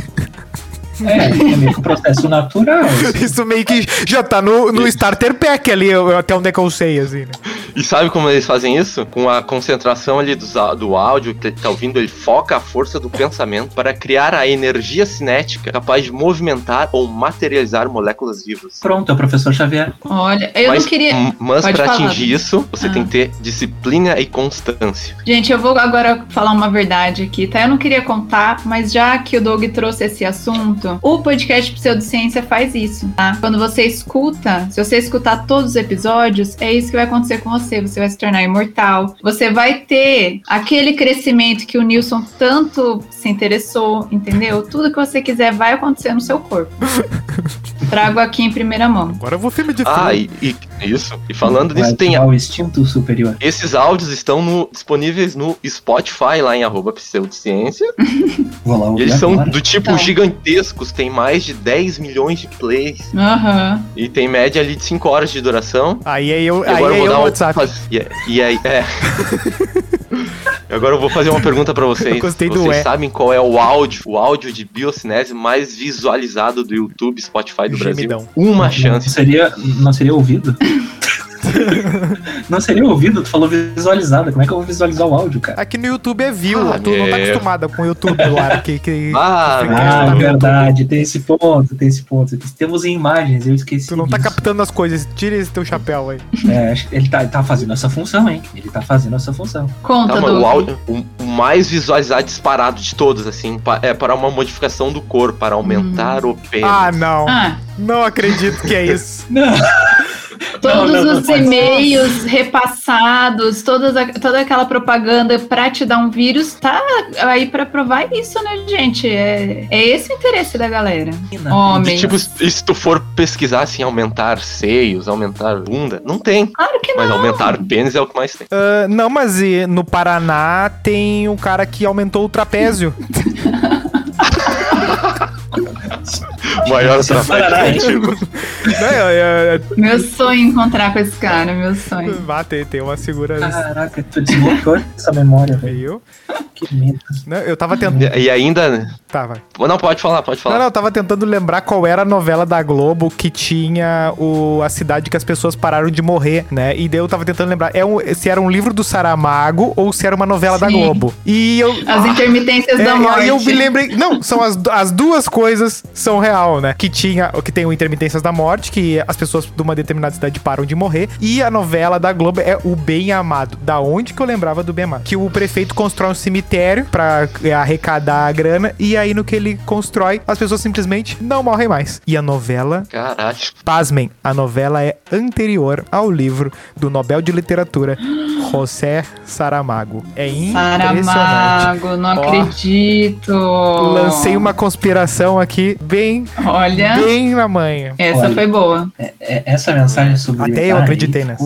Speaker 5: É, é meio que um processo natural.
Speaker 4: Isso meio que já tá no, no starter pack ali, eu- eu- até onde é que eu sei, assim. né?
Speaker 2: E sabe como eles fazem isso? Com a concentração ali dos á- do, áudio que tá ouvindo, ele foca a força do pensamento para criar a energia cinética capaz de movimentar ou materializar moléculas vivas.
Speaker 5: Pronto, é o professor Xavier.
Speaker 1: Olha, eu
Speaker 2: mas
Speaker 1: não queria.
Speaker 2: m- mas
Speaker 1: Pode
Speaker 2: para
Speaker 1: falar.
Speaker 2: atingir isso, você
Speaker 1: Ah.
Speaker 2: tem que ter disciplina e constância.
Speaker 1: Gente, eu vou agora falar uma verdade aqui, tá? Eu não queria contar, mas já que o Doug trouxe esse assunto, o podcast Pseudociência faz isso, tá? Quando você escuta, se você escutar todos os episódios, é isso que vai acontecer com você. Você vai se tornar imortal. Você vai ter aquele crescimento que o Nilson tanto se interessou, entendeu? Tudo que você quiser vai acontecer no seu corpo. Trago aqui em primeira mão.
Speaker 4: Agora eu vou filme de
Speaker 2: Ah,
Speaker 4: filme.
Speaker 2: e, e- isso. E falando
Speaker 5: Vai
Speaker 2: nisso, tem
Speaker 5: ativar o instinto superior.
Speaker 2: esses áudios estão no- disponíveis no Spotify, lá em arroba pseudociência.
Speaker 5: Vou lá
Speaker 2: E
Speaker 5: ouvir
Speaker 2: eles são
Speaker 5: agora.
Speaker 2: do tipo
Speaker 1: Tá.
Speaker 2: gigantescos, tem mais de 10 milhões de plays.
Speaker 1: Aham.
Speaker 2: E tem média ali de 5 horas de duração.
Speaker 4: Aí é eu,
Speaker 2: E
Speaker 4: aí
Speaker 2: agora eu
Speaker 4: é
Speaker 2: vou
Speaker 4: eu
Speaker 2: dar
Speaker 4: no
Speaker 2: um-
Speaker 4: WhatsApp.
Speaker 2: faz- E, e aí, é. E agora eu vou fazer uma pergunta pra vocês.
Speaker 4: Eu gostei do
Speaker 2: vocês
Speaker 4: é.
Speaker 2: sabem qual é o áudio, o áudio de biocinese mais visualizado do YouTube, Spotify do
Speaker 4: Gemidão.
Speaker 2: Brasil? Uma
Speaker 5: Não
Speaker 2: chance.
Speaker 5: Seria, não seria ouvido? não seria ouvido, tu falou visualizada. Como é que eu vou visualizar o áudio, cara?
Speaker 4: Aqui no YouTube é view,
Speaker 2: Ah,
Speaker 4: tu não tá
Speaker 2: é.
Speaker 4: acostumada com o YouTube, Lara, que, que
Speaker 2: Ah,
Speaker 4: Fica-
Speaker 2: né?
Speaker 5: Ah,
Speaker 4: tá
Speaker 5: é
Speaker 4: no
Speaker 5: verdade, tem esse ponto, tem esse ponto. Temos em imagens, eu esqueci.
Speaker 4: tu não tá
Speaker 5: disso.
Speaker 4: captando as coisas. Tira esse teu chapéu aí.
Speaker 5: É, acho que ele tá, ele tá fazendo essa função, hein? Ele tá fazendo essa função.
Speaker 1: Conta,
Speaker 2: Tá, mano,
Speaker 1: Doug.
Speaker 2: o áudio, o, o mais visualizado disparado de todos, assim, pa- é para uma modificação do corpo, para aumentar o pênis.
Speaker 4: Ah, não.
Speaker 1: Ah,
Speaker 4: Não acredito que é isso.
Speaker 5: Não,
Speaker 1: Todos
Speaker 5: Não, não, não
Speaker 1: os
Speaker 5: pode.
Speaker 1: e-mails repassados, todas a- toda aquela propaganda pra te dar um vírus, tá aí pra provar isso, né, gente? É, é esse o interesse da galera.
Speaker 5: menina.
Speaker 2: E,
Speaker 1: Homens.
Speaker 2: tipo, se se tu for pesquisar, assim, aumentar seios, aumentar bunda, não tem.
Speaker 1: Claro que não.
Speaker 2: Mas aumentar pênis é o que mais tem.
Speaker 4: Ah, não, mas e, no Paraná tem um cara que aumentou o trapézio.
Speaker 2: Maior
Speaker 4: Então,
Speaker 5: Isso é Paraná, hein?
Speaker 2: trafético.
Speaker 4: né? é, é,
Speaker 1: Meu sonho é encontrar com esse cara, meu sonho.
Speaker 4: ah, tem, tem uma
Speaker 1: Ah.
Speaker 4: segurança.
Speaker 5: Caraca, tu desbloqueou essa memória, velho.
Speaker 4: Eu?
Speaker 5: Que medo.
Speaker 4: Não, eu tava tentando.
Speaker 2: E- E ainda, né?
Speaker 4: Tá, vai.
Speaker 2: Não, pode falar, pode
Speaker 4: É. Não,
Speaker 2: falar.
Speaker 4: não, eu tava tentando lembrar qual era a novela da Globo que tinha o, a cidade que as pessoas pararam de morrer, né? E daí eu tava tentando lembrar é um- se era um livro do Saramago ou se era uma novela da
Speaker 1: Sim.
Speaker 4: Globo. E eu.
Speaker 1: As intermitências
Speaker 4: É,
Speaker 1: da morte.
Speaker 4: aí eu me lembrei. Não, são as, as duas coisas são real, né? Que tinha, que tem o Intermitências da Morte, que as pessoas de uma determinada cidade param de morrer, e a novela da Globo é O Bem Amado. Da onde que eu lembrava do Bem Amado? Que o prefeito constrói um cemitério pra é, arrecadar a grana, e aí no que ele constrói, as pessoas simplesmente não morrem mais. E a novela
Speaker 2: Caralho.
Speaker 4: Pasmem, a novela é anterior ao livro do Nobel de Literatura José Saramago. É impressionante.
Speaker 1: Saramago, não
Speaker 4: Ó.
Speaker 1: acredito.
Speaker 4: Lancei
Speaker 1: Oh.
Speaker 4: uma conspiração aqui bem,
Speaker 1: Olha,
Speaker 4: bem na manha.
Speaker 1: essa
Speaker 5: Olha.
Speaker 1: foi boa.
Speaker 5: É- é- essa mensagem sobre.
Speaker 4: Até eu acreditei nessa.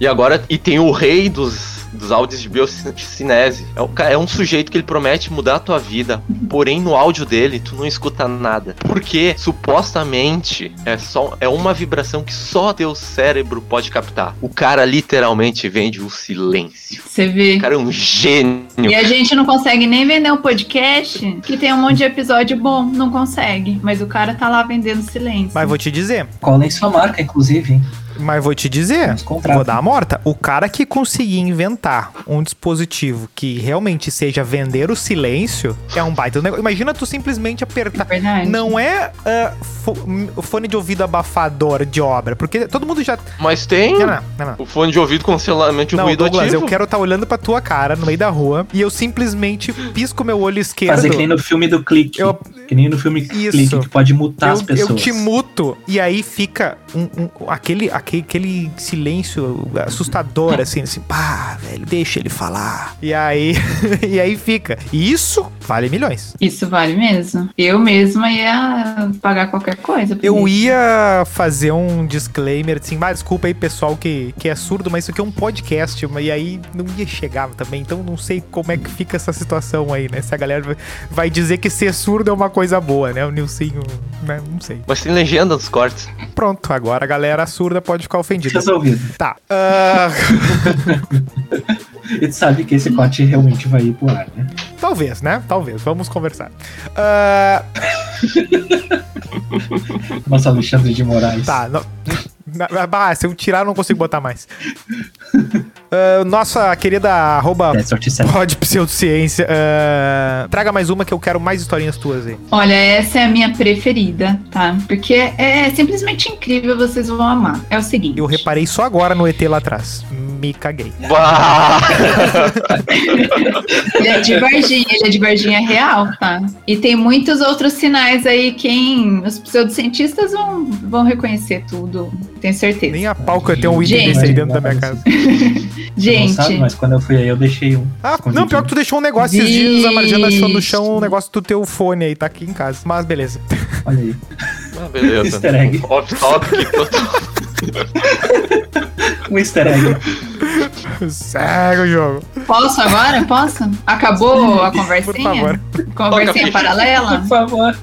Speaker 2: E agora, e tem o rei dos, dos áudios de biocinese. É, o ca- é um sujeito que ele promete mudar a tua vida, porém no áudio dele tu não escuta nada. Porque supostamente é só é uma vibração que só teu cérebro pode captar. O cara literalmente vende o silêncio.
Speaker 1: Você vê.
Speaker 2: O cara é um gênio.
Speaker 1: E a gente não consegue nem vender um podcast que tem um monte de episódio bom. Não consegue. Mas o cara tá lá vendendo silêncio.
Speaker 4: Mas vou te dizer,
Speaker 5: Colem sua marca, inclusive, hein?
Speaker 4: mas vou te dizer.
Speaker 5: Nos
Speaker 4: É, Vou
Speaker 5: contratos.
Speaker 4: dar a morta. O cara que conseguir inventar um dispositivo que realmente seja vender o silêncio é um baita do negócio. Imagina tu simplesmente apertar.
Speaker 1: É Verdade.
Speaker 4: Não é ah, fo- hum, fone de ouvido abafador de obra, porque todo mundo já.
Speaker 2: Mas tem
Speaker 4: Não, não, não. não.
Speaker 2: o fone de ouvido com cancelamento de
Speaker 4: Não,
Speaker 2: ruído
Speaker 4: Douglas,
Speaker 2: ativo.
Speaker 4: eu quero estar olhando pra tua cara no meio da rua e eu simplesmente pisco meu olho esquerdo.
Speaker 5: Fazer que nem no filme do clique.
Speaker 4: um Eu-
Speaker 5: Que nem no filme
Speaker 4: Isso.
Speaker 5: clique, que pode mutar Tá, as
Speaker 4: eu,
Speaker 5: pessoas.
Speaker 4: eu te muto e aí fica um- um- aquele, aquele, aquele silêncio
Speaker 5: Hum.
Speaker 4: assustador, assim, assim, pá, velho, deixa ele falar. E aí, e aí fica. E isso vale milhões.
Speaker 1: Isso vale mesmo. Eu mesma ia pagar qualquer coisa. por
Speaker 5: Uhum.
Speaker 4: Eu
Speaker 1: isso.
Speaker 4: ia fazer um disclaimer, assim, mas desculpa aí, pessoal, que, que é surdo, mas isso aqui é um podcast, mas- e aí não ia chegar também, então não sei como é que fica essa situação aí, né? Se a galera vai- vai dizer que ser surdo é uma coisa boa, né? O Nilcinho, né? não sei.
Speaker 2: Mas tem legenda nos cortes.
Speaker 4: Pronto, Tá. agora a galera surda pode ficar ofendida.
Speaker 5: Resolvido.
Speaker 4: Tá. ah,
Speaker 5: E tu sabe que esse corte realmente vai ir pro ar, né?
Speaker 4: Talvez, né? Talvez. Vamos conversar. Ah,
Speaker 5: Nossa, Alexandre de Moraes.
Speaker 4: tá. não- Ah, se eu tirar, eu não consigo botar mais. Ah, nossa querida arroba
Speaker 5: É, sorte certa.
Speaker 4: Pode pseudociência. Ah, traga mais uma que eu quero mais historinhas tuas aí.
Speaker 1: Olha, essa é a minha preferida, tá? Porque é, simplesmente incrível, vocês vão amar. É o seguinte.
Speaker 4: Eu reparei só agora no ET lá atrás. Me caguei.
Speaker 2: Bah!
Speaker 1: Ele é de Varginha, ele é de Varginha real, tá? E tem muitos outros sinais aí, quem. Os pseudocientistas vão, vão reconhecer tudo, tenho certeza.
Speaker 4: Nem a pau que eu tenho um item desse aí dentro da minha casa.
Speaker 5: Gente. Não sabe,
Speaker 1: Gente,
Speaker 5: mas quando eu fui aí, eu deixei um.
Speaker 4: Ah,
Speaker 5: Escondido.
Speaker 4: não, pior que tu deixou um negócio esses dias, a Marjana achou no chão um
Speaker 1: Vixe.
Speaker 4: negócio do teu fone aí, tá aqui em casa. Mas beleza.
Speaker 5: Olha aí.
Speaker 2: Ah, beleza.
Speaker 5: Easter egg.
Speaker 2: Off-topic total.
Speaker 5: Um easter egg.
Speaker 4: Segue o jogo.
Speaker 1: posso agora? Posso? Acabou a
Speaker 4: Por
Speaker 1: conversinha?
Speaker 4: favor.
Speaker 2: Toca a
Speaker 1: Conversinha
Speaker 2: ficha.
Speaker 1: paralela?
Speaker 5: Por favor.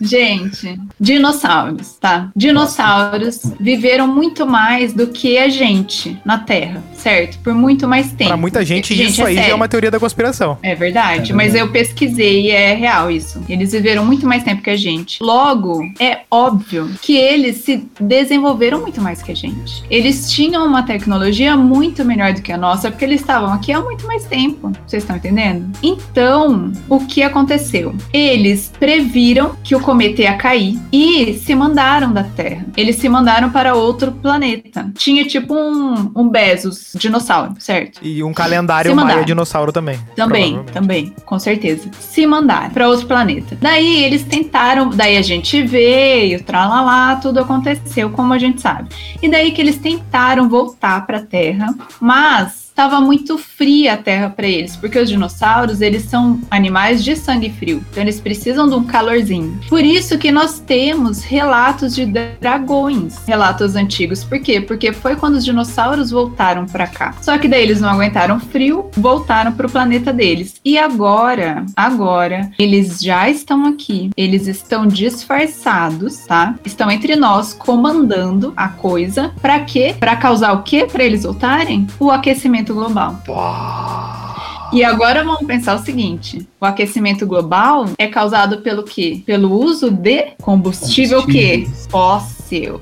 Speaker 1: Gente, dinossauros, tá? Dinossauros viveram muito mais do que a gente na Terra, certo? Por muito mais tempo.
Speaker 4: Pra muita gente, isso
Speaker 1: é
Speaker 4: aí já é
Speaker 1: sério.
Speaker 4: uma teoria da conspiração.
Speaker 1: É
Speaker 5: É
Speaker 1: verdade,
Speaker 5: verdade.
Speaker 1: mas eu pesquisei e é real isso. Eles viveram muito mais tempo que a gente. Logo, é óbvio que eles se desenvolveram muito mais que a gente. Eles tinham uma tecnologia muito melhor do que a nossa, porque eles estavam aqui há muito mais tempo. Vocês estão entendendo? Então, o que aconteceu? Eles previram que o cometa ia cair e se mandaram da Terra. Eles se mandaram para outro planeta. Tinha tipo um, um Bezos, dinossauro, certo?
Speaker 4: E um calendário
Speaker 1: Se mandaram.
Speaker 4: maia dinossauro também.
Speaker 1: Também,
Speaker 4: provavelmente.
Speaker 1: também, com certeza. Se mandaram pra outro planeta. Daí eles tentaram, daí a gente veio, tralalá, tudo aconteceu como a gente sabe. E daí que eles tentaram voltar pra Terra, mas estava muito fria a Terra pra eles, porque os dinossauros, eles são animais de sangue frio, então eles precisam de um calorzinho. Por isso que nós temos relatos de dragões, relatos antigos. Por quê? Porque foi quando os dinossauros voltaram pra cá. Só que daí eles não aguentaram frio, voltaram pro planeta deles. E agora, agora, eles já estão aqui, eles estão disfarçados, tá? Estão entre nós comandando a coisa. Pra quê? Pra causar o quê? Pra eles voltarem? O aquecimento global.
Speaker 2: Bah!
Speaker 1: E agora vamos pensar o seguinte: o aquecimento global é causado pelo quê? Pelo uso de combustível que fóssil.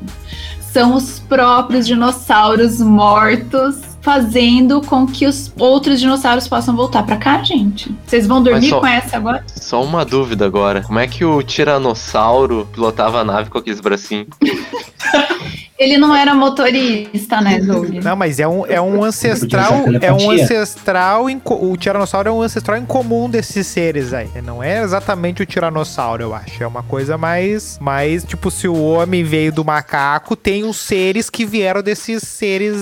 Speaker 1: São os próprios dinossauros mortos fazendo com que os outros dinossauros possam voltar pra cá, gente. Vocês vão dormir
Speaker 2: Mas só-
Speaker 1: com essa agora?
Speaker 2: Só uma dúvida agora. Como é que o Tiranossauro pilotava a nave com aqueles bracinhos?
Speaker 1: Ele não era motorista, né, Doug?
Speaker 4: Não, mas é um, é um ancestral.
Speaker 5: Podia ser
Speaker 4: É um
Speaker 5: telepatia.
Speaker 4: ancestral. inco- O Tiranossauro é um ancestral incomum desses seres aí. Não é exatamente o Tiranossauro, eu acho. É uma coisa mais. mais tipo, se o homem veio do macaco, tem os seres que vieram desses seres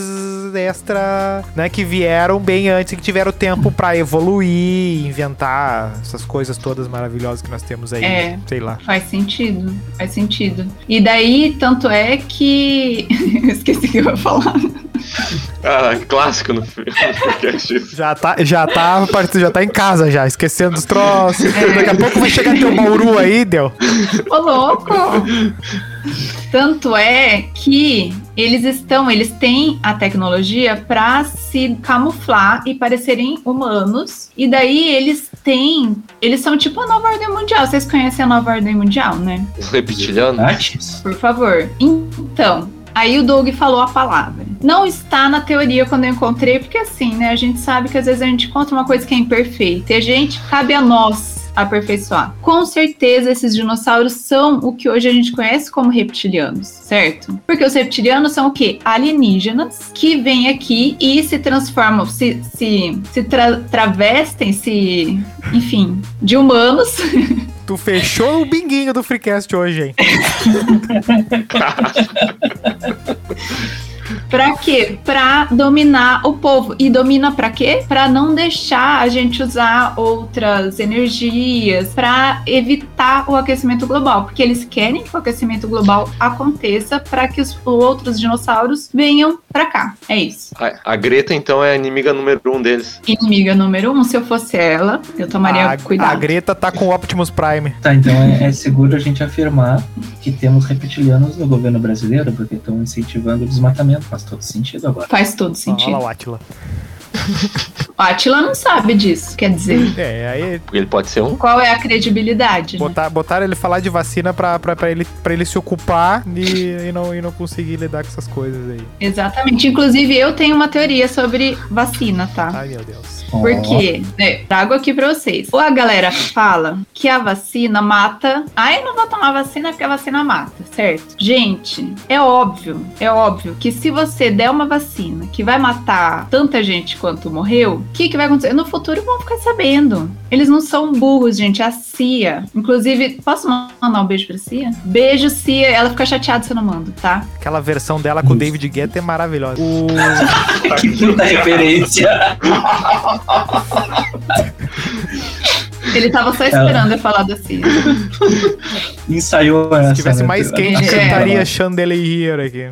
Speaker 4: extra. né? Que vieram bem antes e que tiveram tempo pra evoluir, inventar essas coisas todas maravilhosas que nós temos aí.
Speaker 1: É.
Speaker 4: Sei lá.
Speaker 1: Faz sentido, faz sentido. E daí, tanto é que. Eu Esqueci o que eu ia falar.
Speaker 2: Ah, clássico no filme.
Speaker 4: Já tá, já tá, parece- já tá em casa já, esquecendo os troços.
Speaker 1: É.
Speaker 4: Daqui a pouco vai chegar teu Bauru aí, deu.
Speaker 1: Ô, louco! Tanto é que eles estão, eles têm a tecnologia para se camuflar e parecerem humanos. E daí eles têm, eles são tipo a nova ordem mundial. Vocês conhecem a nova ordem mundial, né?
Speaker 2: Os
Speaker 5: Ah.
Speaker 2: reptilianos?
Speaker 5: Artes?
Speaker 1: Por favor. Então, aí o Doug falou a palavra. Não está na teoria quando eu encontrei, porque assim, né? A gente sabe que às vezes a gente encontra uma coisa que é imperfeita. E a gente, cabe a nós aperfeiçoar. Com certeza esses dinossauros são o que hoje a gente conhece como reptilianos, certo? Porque os reptilianos são o quê? Alienígenas que vêm aqui e se transformam, se, se, se tra- travestem, se. Enfim, de humanos.
Speaker 4: Tu fechou o binguinho do Freecast hoje, hein?
Speaker 1: Pra quê? Pra dominar o povo. E domina pra quê? Pra não deixar a gente usar outras energias, pra evitar o aquecimento global, porque eles querem que o aquecimento global aconteça pra que os outros dinossauros venham pra cá. É isso.
Speaker 2: A, a Greta, então, é a inimiga número um deles.
Speaker 1: Inimiga número um, se eu fosse ela, eu tomaria
Speaker 4: a, a
Speaker 1: cuidado.
Speaker 4: Greta tá com o Optimus Prime.
Speaker 5: Tá, então é, é seguro a gente afirmar que temos reptilianos no governo brasileiro, porque estão incentivando o desmatamento. Faz todo sentido agora.
Speaker 1: Faz todo
Speaker 4: Olha lá
Speaker 1: sentido.
Speaker 4: o Atila.
Speaker 1: O Atila não sabe disso, quer dizer.
Speaker 4: É, aí
Speaker 2: Porque ele pode ser um.
Speaker 1: Qual é a credibilidade? né?
Speaker 4: botar, botaram ele falar de vacina pra, pra, pra ele, pra ele se ocupar e, e não, e não conseguir lidar com essas coisas aí.
Speaker 1: Exatamente. Inclusive, eu tenho uma teoria sobre vacina, tá?
Speaker 4: Ai, meu Deus.
Speaker 1: Porque, né, trago aqui pra vocês. Ou a galera fala que a vacina mata. Ai, não vou tomar vacina porque a vacina mata, certo? Gente, é óbvio, é óbvio que se você der uma vacina que vai matar tanta gente quanto morreu, o que, que vai acontecer? No futuro vão ficar sabendo. Eles não são burros, gente. A CIA. Inclusive, posso mandar um beijo pra CIA? Beijo, CIA. Ela fica chateada se eu não mando, tá?
Speaker 4: Aquela versão dela com o David Guetta é maravilhosa. O-
Speaker 5: que puta referência.
Speaker 1: Ele tava só esperando eu falar da CIA.
Speaker 5: Ensaiou essa.
Speaker 4: Se tivesse
Speaker 5: né?
Speaker 4: mais quente,
Speaker 1: É.
Speaker 4: cantaria Chandelier aqui.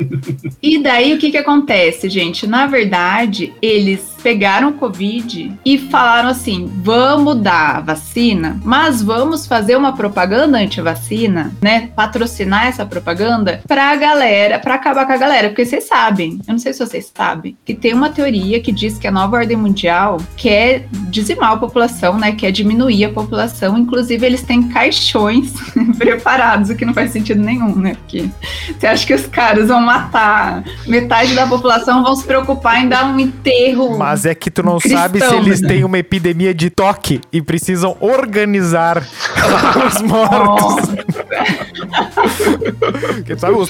Speaker 1: E daí o que que acontece, gente? Na verdade, eles pegaram o Covid e falaram assim: vamos dar a vacina, mas vamos fazer uma propaganda anti-vacina, né? Patrocinar essa propaganda pra galera, pra acabar com a galera. Porque vocês sabem, eu não sei se vocês sabem, que tem uma teoria que diz que a nova ordem mundial quer dizimar a população, né? Quer diminuir a população. Inclusive, eles têm caixões preparados, o que não faz sentido nenhum, né? Porque você acha que os caras vão matar metade da população, vão se preocupar em dar um enterro?
Speaker 4: Mas é que tu não
Speaker 1: Cristão,
Speaker 4: sabe se eles
Speaker 1: né?
Speaker 4: têm uma epidemia de toque e precisam organizar os mortos.
Speaker 1: Nossa.
Speaker 4: Porque, sabe, os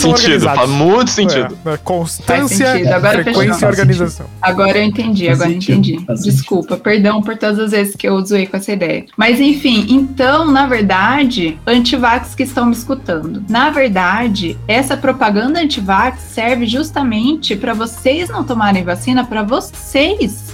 Speaker 2: Faz
Speaker 4: são
Speaker 2: sentido, faz
Speaker 4: organizados.
Speaker 2: muito sentido.
Speaker 4: É, é, constância,
Speaker 1: Faz sentido, agora fechou.
Speaker 4: frequência e
Speaker 5: Faz
Speaker 4: organização.
Speaker 1: Agora eu entendi,
Speaker 5: Faz
Speaker 1: agora eu
Speaker 5: sentido,
Speaker 1: entendi.
Speaker 5: faz sentido.
Speaker 1: Desculpa, perdão por todas as vezes que eu zoei com essa ideia. Mas enfim, então, na verdade, antivax que estão me escutando. Na verdade, essa propaganda antivax serve justamente para vocês não tomarem vacina, para vocês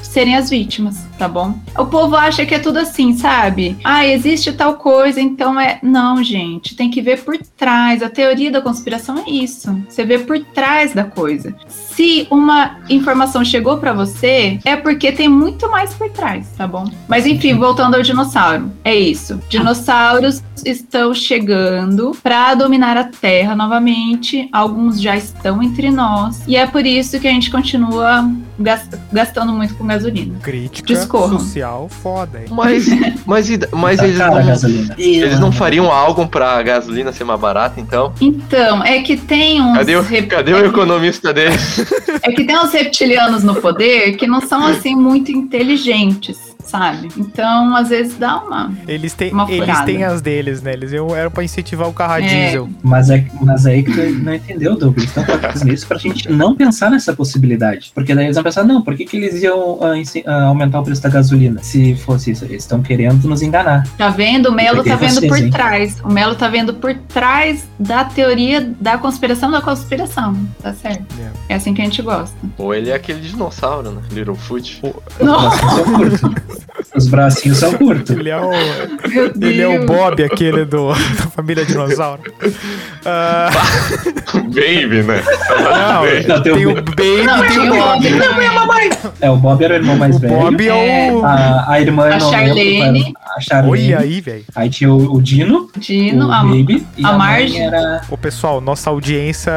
Speaker 1: serem as vítimas, tá bom? O povo acha que é tudo assim, sabe? Ah, existe tal coisa, então é. Não, gente, tem que ver por trás. A teoria da conspiração é isso. Você vê por trás da coisa. Se uma informação chegou pra você, é porque tem muito mais por trás, tá bom? Mas enfim, voltando ao dinossauro. É isso. Dinossauros estão chegando pra dominar a Terra novamente. Alguns já estão entre nós. E é por isso que a gente continua gas- gastando muito com gasolina.
Speaker 4: Crítica
Speaker 1: Discorram.
Speaker 4: social foda, hein?
Speaker 2: Mas, mas, e- mas
Speaker 5: Tá
Speaker 2: eles,
Speaker 5: cara a
Speaker 2: não,
Speaker 5: gasolina.
Speaker 2: eles não fariam algo pra gasolina ser mais barata, então.
Speaker 1: Então, é que tem uns.
Speaker 2: Cadê o,
Speaker 1: rep-
Speaker 2: cadê o economista deles?
Speaker 1: É que tem uns reptilianos no poder que não são assim muito inteligentes, sabe? Então, às vezes dá uma.
Speaker 4: Eles têm,
Speaker 1: Uma
Speaker 4: eles
Speaker 1: furada.
Speaker 4: têm as deles, né? Eles iam- eram pra incentivar o carro a
Speaker 1: É.
Speaker 4: diesel.
Speaker 5: Mas é, mas é aí que tu não entendeu, Douglas. Então, tá dizendo isso pra gente não pensar nessa possibilidade. Porque daí eles vão pensar, não, por que, que eles iam ah, ensi- ah, aumentar o preço da gasolina? Se fosse isso, eles estão querendo nos enganar.
Speaker 1: Tá vendo? O Melo
Speaker 5: Peguei
Speaker 1: tá vendo
Speaker 5: vocês,
Speaker 1: por
Speaker 5: hein?
Speaker 1: trás. O Melo tá vendo por trás da teoria da conspiração da conspiração. Tá certo? É assim que a gente gosta.
Speaker 2: Ou ele é aquele dinossauro, né? Littlefoot.
Speaker 5: Os
Speaker 1: Nossa,
Speaker 5: bracinhos são curtos. Os bracinhos são curtos.
Speaker 4: Ele é o,
Speaker 1: meu Deus.
Speaker 4: ele é o Bob, aquele do, da família dinossauro. Ah,
Speaker 2: Baby, né?
Speaker 4: não,
Speaker 5: Não, tem
Speaker 4: tem
Speaker 2: um
Speaker 5: o-
Speaker 4: o Baby
Speaker 1: Não, um
Speaker 4: e tem o Bob.
Speaker 5: É, o Bob era o irmão mais
Speaker 4: O
Speaker 5: velho.
Speaker 4: Bob
Speaker 1: né?
Speaker 4: é o.
Speaker 5: A, a irmã
Speaker 1: A
Speaker 5: não lembro,
Speaker 1: Charlene.
Speaker 5: mas a Charlene.
Speaker 4: Olha aí, velho.
Speaker 5: Aí tinha o, o Dino,
Speaker 1: Dino,
Speaker 5: o
Speaker 1: a-
Speaker 5: Baby e
Speaker 1: a
Speaker 5: a,
Speaker 1: Marge.
Speaker 5: Marge. Era...
Speaker 4: Ô, pessoal, nossa audiência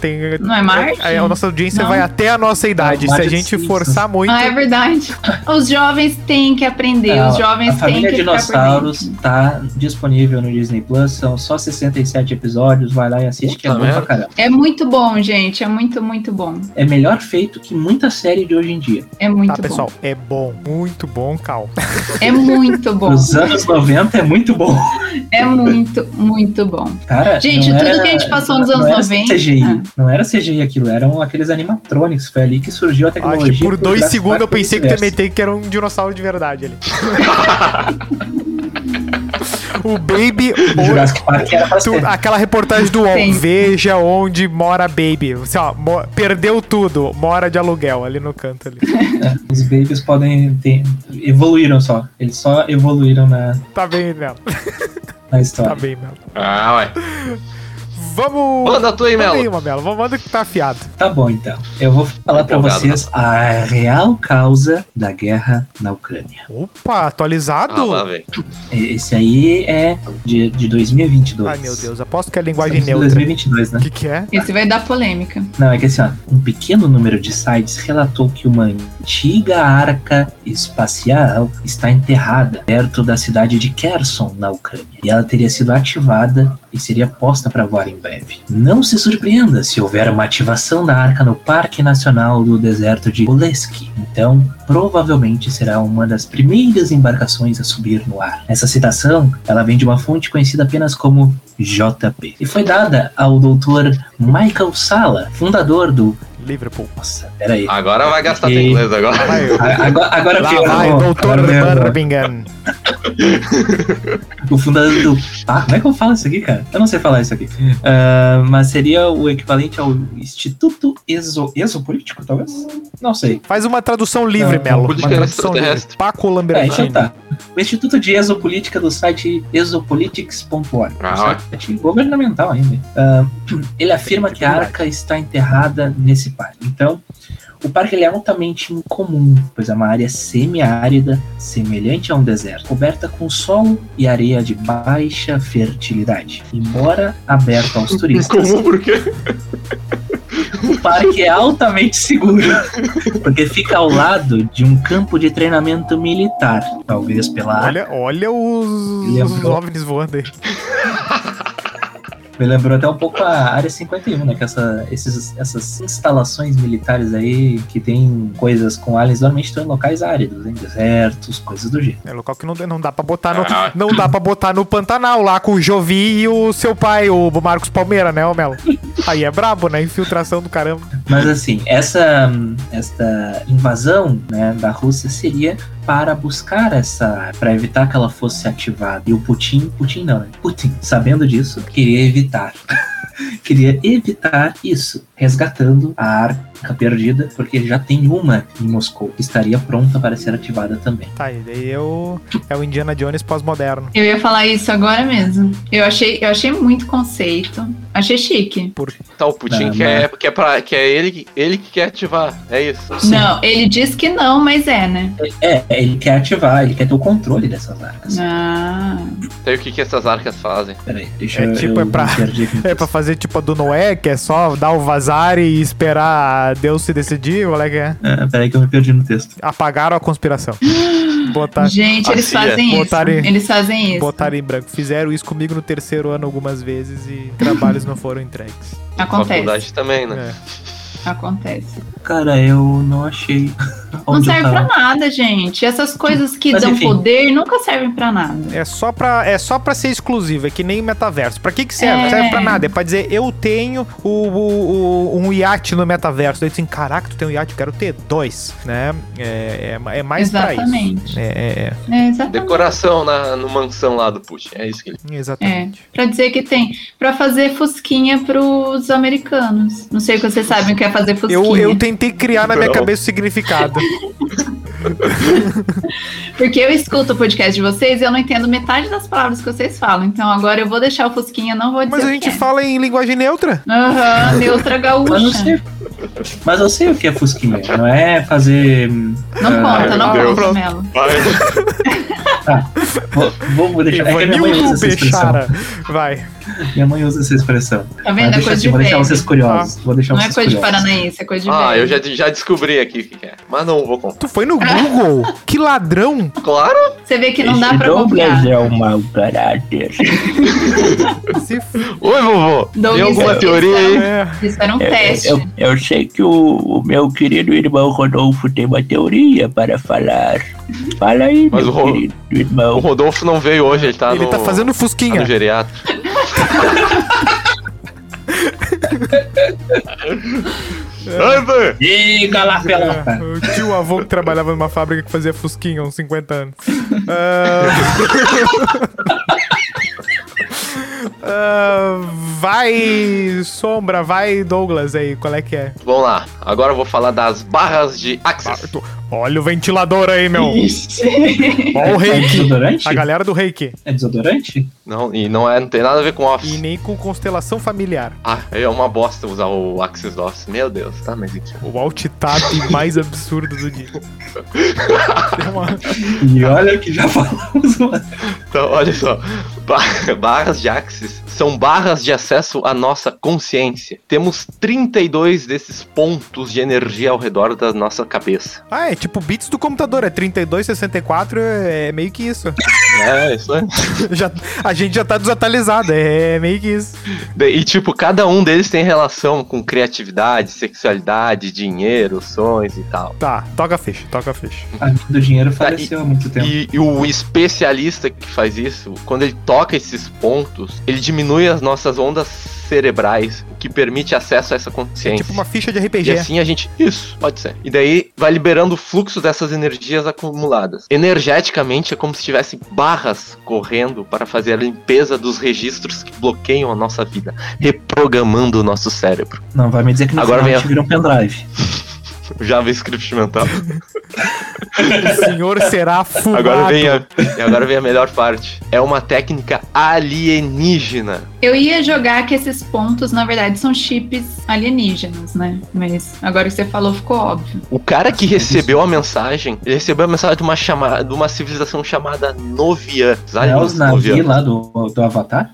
Speaker 4: tem.
Speaker 1: Não é Marte?
Speaker 4: É, a nossa audiência
Speaker 1: Não.
Speaker 4: vai até a nossa idade. Se a
Speaker 5: Marte
Speaker 4: gente
Speaker 5: Simpsons.
Speaker 4: forçar muito. tá,
Speaker 1: Ah, é verdade. Os jovens têm que aprender,
Speaker 5: Ah,
Speaker 1: os jovens
Speaker 5: a
Speaker 1: têm
Speaker 5: família
Speaker 1: que
Speaker 5: Dinossauros
Speaker 1: ficar
Speaker 5: tá disponível no Disney Plus, são só 67 episódios, vai lá e assiste que é
Speaker 2: Puta
Speaker 5: bom pra
Speaker 2: merda.
Speaker 5: caramba.
Speaker 1: por dentro. É muito bom, gente. É muito, muito bom.
Speaker 5: É melhor feito que muita série de hoje em dia.
Speaker 1: É muito
Speaker 4: Tá,
Speaker 1: bom.
Speaker 4: pessoal, é bom. Muito bom, Cal.
Speaker 1: É muito bom.
Speaker 5: Os anos 90 é muito bom.
Speaker 1: É muito, muito bom.
Speaker 5: Cara,
Speaker 1: Gente,
Speaker 5: não
Speaker 1: tudo
Speaker 5: era-
Speaker 1: que a gente passou nos
Speaker 5: não
Speaker 1: anos
Speaker 5: era
Speaker 1: 90.
Speaker 5: CGI,
Speaker 1: Ah.
Speaker 5: Não era CGI aquilo, eram aqueles animatronics. Foi ali que surgiu a
Speaker 4: Acho
Speaker 5: tecnologia.
Speaker 4: Ah, que por
Speaker 5: pro
Speaker 4: dois
Speaker 5: Jurassic
Speaker 4: segundos eu
Speaker 5: Park
Speaker 4: pensei que tu ia
Speaker 5: universo.
Speaker 4: meter que era um dinossauro de verdade ali. o Baby.
Speaker 5: O
Speaker 4: ou-
Speaker 5: Jurassic Park era pra
Speaker 4: tu-
Speaker 5: ser.
Speaker 4: aquela reportagem do UOL.
Speaker 1: Sim.
Speaker 4: Veja onde mora Baby. Assim, ó, mo- perdeu tudo. Mora de aluguel ali no canto ali.
Speaker 5: É, Os babies podem ter. Evoluíram só. Eles só evoluíram na,
Speaker 4: Tá bem, Melo.
Speaker 5: na
Speaker 4: Tá
Speaker 5: história.
Speaker 4: bem, Melo.
Speaker 2: Ah, ué.
Speaker 4: Vamos.
Speaker 2: Manda tu aí,
Speaker 4: Manda
Speaker 2: Melo.
Speaker 4: aí, Mamelo. Vamos- Manda que tá afiado.
Speaker 5: Tá bom, então. Eu vou falar pra
Speaker 2: Empolgado,
Speaker 5: vocês a real causa da guerra na Ucrânia.
Speaker 4: Opa, atualizado.
Speaker 2: Ah, lá, velho.
Speaker 5: E- Esse aí é de, de 2022.
Speaker 4: Ai, meu Deus. Aposto que é linguagem
Speaker 5: Estamos em
Speaker 4: neutra.
Speaker 5: 2022, né?
Speaker 4: O que que é?
Speaker 1: Esse vai dar polêmica.
Speaker 5: Não, é que assim, ó, um pequeno número de sites relatou que uma antiga arca espacial está enterrada perto da cidade de Kherson, na Ucrânia. E ela teria sido ativada e seria posta para voar em breve. Não se surpreenda se houver uma ativação da arca no Parque Nacional do Deserto de Olesk. Então, provavelmente será uma das primeiras embarcações a subir no ar. Essa citação, ela vem de uma fonte conhecida apenas como JP. E foi dada ao doutor Michael Sala, fundador do.
Speaker 4: Liverpool.
Speaker 5: Nossa, peraí.
Speaker 2: Agora vai gastar teu
Speaker 5: E-
Speaker 2: inglês agora.
Speaker 4: Vai,
Speaker 5: A- Agora, agora
Speaker 4: Ah, lá
Speaker 5: piorou,
Speaker 4: vai, né, doutor
Speaker 5: agora piorou.
Speaker 4: Birmingham.
Speaker 5: O fundador do. Ah, como é que eu falo isso aqui, cara? Eu não sei falar isso aqui. Ah, mas seria o equivalente ao Instituto Exo... Exopolítico, talvez? Não sei.
Speaker 4: Faz uma tradução livre,
Speaker 5: Não, um
Speaker 4: Melo. Uma
Speaker 2: política
Speaker 4: tradução livre.
Speaker 2: extraterrestre.
Speaker 4: Paco
Speaker 5: É, então
Speaker 4: Lambertini.
Speaker 5: tá. O Instituto de Exopolítica do site exopolitics.org.
Speaker 2: Ah,
Speaker 5: um site governamental ainda. Ah, ele afirma que a arca está enterrada nesse parque. Então, o parque ele é altamente incomum, pois é uma área semiárida, semelhante a um deserto, coberta com solo e areia de baixa fertilidade. Embora aberto aos turistas,
Speaker 2: Comum por quê?
Speaker 5: o parque é altamente seguro, porque fica ao lado de um campo de treinamento militar, talvez pela área.
Speaker 4: Olha, olha os,
Speaker 5: Lembrou.
Speaker 4: os OVNIs voando aí.
Speaker 5: Me lembrou até um pouco a Área 51, né? Que essa, esses, essas instalações militares aí que tem coisas com aliens normalmente estão em locais áridos, em desertos, coisas do jeito.
Speaker 4: É local que não, não dá pra botar no.
Speaker 2: Ah.
Speaker 4: Não dá pra botar no Pantanal lá com o Jovi e o seu pai, o Marcos Palmeira, né, ô Melo? Aí é brabo, né? Infiltração do caramba.
Speaker 5: Mas assim, essa, esta invasão né, da Rússia seria para buscar essa. para evitar que ela fosse ativada. E o Putin. Putin não, né? Putin, sabendo disso, queria evitar. queria evitar isso, resgatando a arca perdida, porque já tem uma em Moscou que estaria pronta para ser ativada também.
Speaker 4: Tá, e daí é o, é o Indiana Jones pós-moderno.
Speaker 1: Eu ia falar isso agora mesmo. Eu achei, eu achei muito conceito. Achei chique.
Speaker 2: Tá, o Putin
Speaker 5: Não,
Speaker 2: que, é, que, é pra, que é ele, que- ele que quer ativar. É isso.
Speaker 5: Sim.
Speaker 1: Não, ele diz que não, mas é, né?
Speaker 5: É, ele quer ativar, ele quer ter o controle dessas arcas.
Speaker 1: Ah,
Speaker 2: Tem o que, que essas arcas fazem.
Speaker 5: Peraí, deixa
Speaker 4: É
Speaker 5: eu.
Speaker 4: tipo, é
Speaker 5: eu
Speaker 4: pra-
Speaker 5: me perdi aqui no
Speaker 4: É pra
Speaker 5: texto.
Speaker 4: fazer tipo a do Noé, que é só dar o vazar e esperar Deus se decidir, qual é que é?
Speaker 5: Ah, peraí que eu me perdi no texto.
Speaker 4: Apagaram a conspiração. Botar,
Speaker 1: gente, eles
Speaker 4: Assim é.
Speaker 2: Bacia.
Speaker 1: fazem isso.
Speaker 4: Botaram-
Speaker 1: Eles fazem isso.
Speaker 4: botaram em branco. Fizeram isso comigo no terceiro ano algumas vezes e trabalhos não foram entregues.
Speaker 1: Acontece,
Speaker 2: Faculdade também, né?
Speaker 4: É.
Speaker 1: acontece.
Speaker 5: Cara, eu não achei.
Speaker 1: não
Speaker 5: onde eu
Speaker 1: serve pra
Speaker 5: tava.
Speaker 1: nada, gente. Essas coisas que
Speaker 5: Mas,
Speaker 1: dão
Speaker 5: enfim.
Speaker 1: poder nunca servem pra nada.
Speaker 4: É só pra, é só pra ser exclusivo, é que nem metaverso. Pra que que serve?
Speaker 1: É.
Speaker 4: Serve pra nada. É pra dizer, eu tenho o, o- o- um iate no metaverso. Daí dizem, caraca, tu tem um iate, eu quero ter dois, né? É, é- é mais pra
Speaker 1: Exatamente.
Speaker 4: isso. É, é,
Speaker 1: É, exatamente.
Speaker 2: Decoração na, no mansão lá do Putin. É isso que ele.
Speaker 4: é, exatamente.
Speaker 1: Pra dizer que tem. Pra fazer fusquinha pros americanos. Não sei o que vocês sabem o que é fazer fusquinha.
Speaker 4: Eu, eu tentei criar na minha
Speaker 2: Não.
Speaker 4: cabeça o significado.
Speaker 1: Porque eu escuto o podcast de vocês e eu não entendo metade das palavras que vocês falam. Então agora eu vou deixar o Fusquinha, não vou dizer.
Speaker 4: Mas
Speaker 1: o
Speaker 4: a
Speaker 1: que
Speaker 4: gente
Speaker 1: é.
Speaker 4: fala em linguagem neutra.
Speaker 1: Aham, neutra gaúcha.
Speaker 5: Mas eu
Speaker 1: Não,
Speaker 5: sei. Mas eu sei o que é Fusquinha. Não é fazer. hum, Ah,
Speaker 1: conta, não
Speaker 2: meu Deus.
Speaker 1: conta, Melo.
Speaker 2: Vai.
Speaker 5: Vou, vou- vou deixar. É que minha mãe usa
Speaker 4: Ivanildo
Speaker 5: essa expressão.
Speaker 4: Bechara. Vai.
Speaker 5: Minha mãe usa essa expressão.
Speaker 1: Tá
Speaker 5: Mas
Speaker 1: vendo? É
Speaker 5: deixa,
Speaker 1: coisa
Speaker 5: assim,
Speaker 1: de
Speaker 5: vou deixar
Speaker 1: velho.
Speaker 5: vocês
Speaker 4: Ah.
Speaker 5: curiosos. Vou deixar
Speaker 1: Não é
Speaker 5: vocês
Speaker 1: coisa de
Speaker 5: curiosos.
Speaker 1: paranaense, é coisa de
Speaker 2: Ah,
Speaker 1: velho.
Speaker 2: eu já, já descobri aqui o que, que é. Mas não vou contar.
Speaker 4: Tu foi no Google? que ladrão.
Speaker 2: Claro!
Speaker 1: Você vê que não dá pra confiar.
Speaker 5: é um mau caráter.
Speaker 4: Se f...
Speaker 2: Oi, vovô!
Speaker 1: Douglas,
Speaker 2: Tem alguma
Speaker 1: eu-
Speaker 2: teoria aí?
Speaker 4: é.
Speaker 1: Isso era um teste.
Speaker 6: Eu, eu sei que o, o meu querido irmão Rodolfo tem uma teoria para falar. Fala aí,
Speaker 2: Mas
Speaker 6: meu
Speaker 2: o Ro-
Speaker 6: querido
Speaker 2: O
Speaker 6: irmão.
Speaker 2: Rodolfo não veio hoje, ele tá
Speaker 4: Ele
Speaker 2: no.
Speaker 4: tá fazendo
Speaker 2: tá no
Speaker 4: fusquinha.
Speaker 2: geriatra. Ai, velho!
Speaker 5: Diga lá pela.
Speaker 4: É, o tio avô que trabalhava numa fábrica que fazia fusquinha há uns 50 anos. Ah. Ah, vai, Sombra, vai, Douglas aí, qual é que é?
Speaker 2: Vamos lá, agora eu vou falar das barras de
Speaker 5: Ah,
Speaker 2: Axis.
Speaker 4: Barto. Olha o ventilador aí, meu. Olha o
Speaker 5: É
Speaker 4: reiki.
Speaker 5: desodorante?
Speaker 4: A galera do reiki.
Speaker 5: É desodorante?
Speaker 2: Não, e não, é, não tem nada a ver com
Speaker 4: E
Speaker 2: Office.
Speaker 4: nem com constelação familiar.
Speaker 2: Ah, é uma bosta usar o Axis do Office. Meu Deus, tá, mas enfim.
Speaker 4: O alt tab mais absurdo do dia. Tem uma-
Speaker 5: E olha que já falamos. mano.
Speaker 2: Então, olha só. Ba- Barras de Axis são barras de acesso à nossa consciência. Temos 32 desses pontos de energia ao redor da nossa cabeça.
Speaker 4: Ah, é tipo bits do computador, é 32, 64, é meio que isso.
Speaker 2: É, isso é.
Speaker 4: Já, a gente já tá desatualizado, é meio que isso.
Speaker 2: E, tipo, cada um deles tem relação com criatividade, sexualidade, dinheiro, sonhos e tal.
Speaker 4: Tá, toca a ficha, toca a ficha.
Speaker 5: A mina do
Speaker 6: Tá,
Speaker 5: dinheiro faleceu há muito tempo.
Speaker 2: E, e o especialista que faz isso, quando ele toca esses pontos, ele diminui as nossas ondas cerebrais, o que permite acesso a essa
Speaker 4: É
Speaker 2: consciência.
Speaker 4: tipo uma ficha de
Speaker 2: E
Speaker 4: RPG.
Speaker 2: assim a gente. Isso, pode ser. E daí vai liberando o fluxo dessas energias acumuladas. Energeticamente é como se tivessem barras correndo para fazer a limpeza dos registros que bloqueiam a nossa vida, reprogramando o nosso cérebro.
Speaker 5: Não, vai me dizer que no
Speaker 2: Agora
Speaker 5: final
Speaker 2: vem
Speaker 5: a gente vira um pendrive.
Speaker 2: JavaScript mental.
Speaker 4: O senhor será fumado.
Speaker 2: Agora vem a, e agora vem a melhor parte. É uma técnica alienígena.
Speaker 1: Eu ia jogar que esses pontos, na verdade, são chips alienígenas, né? Mas agora que você falou, ficou óbvio.
Speaker 2: O cara que recebeu a mensagem, ele recebeu a mensagem de uma, chama, de uma civilização chamada Novian. Os
Speaker 6: Tá,
Speaker 5: É
Speaker 2: aliens
Speaker 5: os navios
Speaker 2: Novian.
Speaker 5: lá do, do Avatar?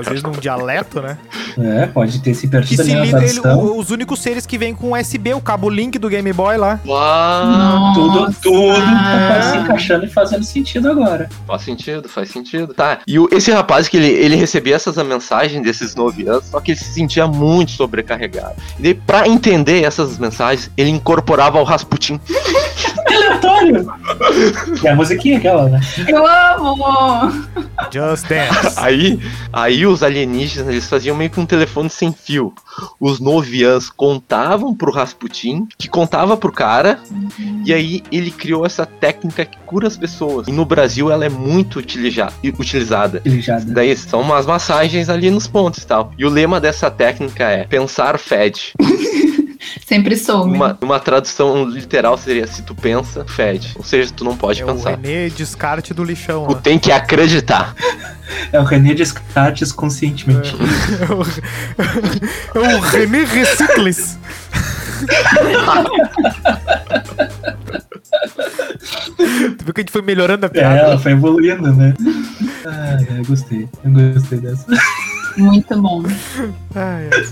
Speaker 4: Às vezes num dialeto, né?
Speaker 5: É, pode ter se
Speaker 4: Que
Speaker 5: perdido
Speaker 4: se
Speaker 5: ali na
Speaker 4: lida, ele-
Speaker 5: tradução.
Speaker 4: o- os únicos seres que vêm com USB, o cabo link do Game Boy lá.
Speaker 2: Uau!
Speaker 5: Tudo,
Speaker 1: Nossa.
Speaker 5: tudo tá se encaixando e fazendo sentido agora.
Speaker 2: Faz sentido, faz sentido. Tá. E o- esse rapaz que ele, ele recebia essas mensagens desses nove anos, só que ele se sentia muito sobrecarregado. E daí, pra entender essas mensagens, ele incorporava o Rasputin.
Speaker 5: Aleatório! E É a musiquinha aquela, né?
Speaker 1: Eu amo!
Speaker 4: Just Dance.
Speaker 2: Aí, aí os alienígenas, eles faziam meio que um telefone sem fio. Os noviãs contavam pro Rasputin, que contava pro cara, e aí ele criou essa técnica que cura as pessoas. E no Brasil ela é muito utilija- utilizada.
Speaker 5: Ele já dá.
Speaker 2: Daí são umas massagens ali nos pontos e tal. E o lema dessa técnica é pensar fede.
Speaker 1: Sempre soube.
Speaker 2: Uma, uma tradução literal seria se tu pensa, fede. Ou seja, tu não pode
Speaker 4: É o
Speaker 2: pensar.
Speaker 4: René Descarte do lixão
Speaker 2: Tu
Speaker 4: lá.
Speaker 2: tem que acreditar.
Speaker 5: É o René Descartes conscientemente.
Speaker 4: É o- é o René Recicles. tu viu que a gente foi melhorando a
Speaker 5: É,
Speaker 4: piada?
Speaker 5: ela foi evoluindo, né? Ah, eu gostei. Eu gostei dessa.
Speaker 1: Muito bom.
Speaker 4: Ai, ai.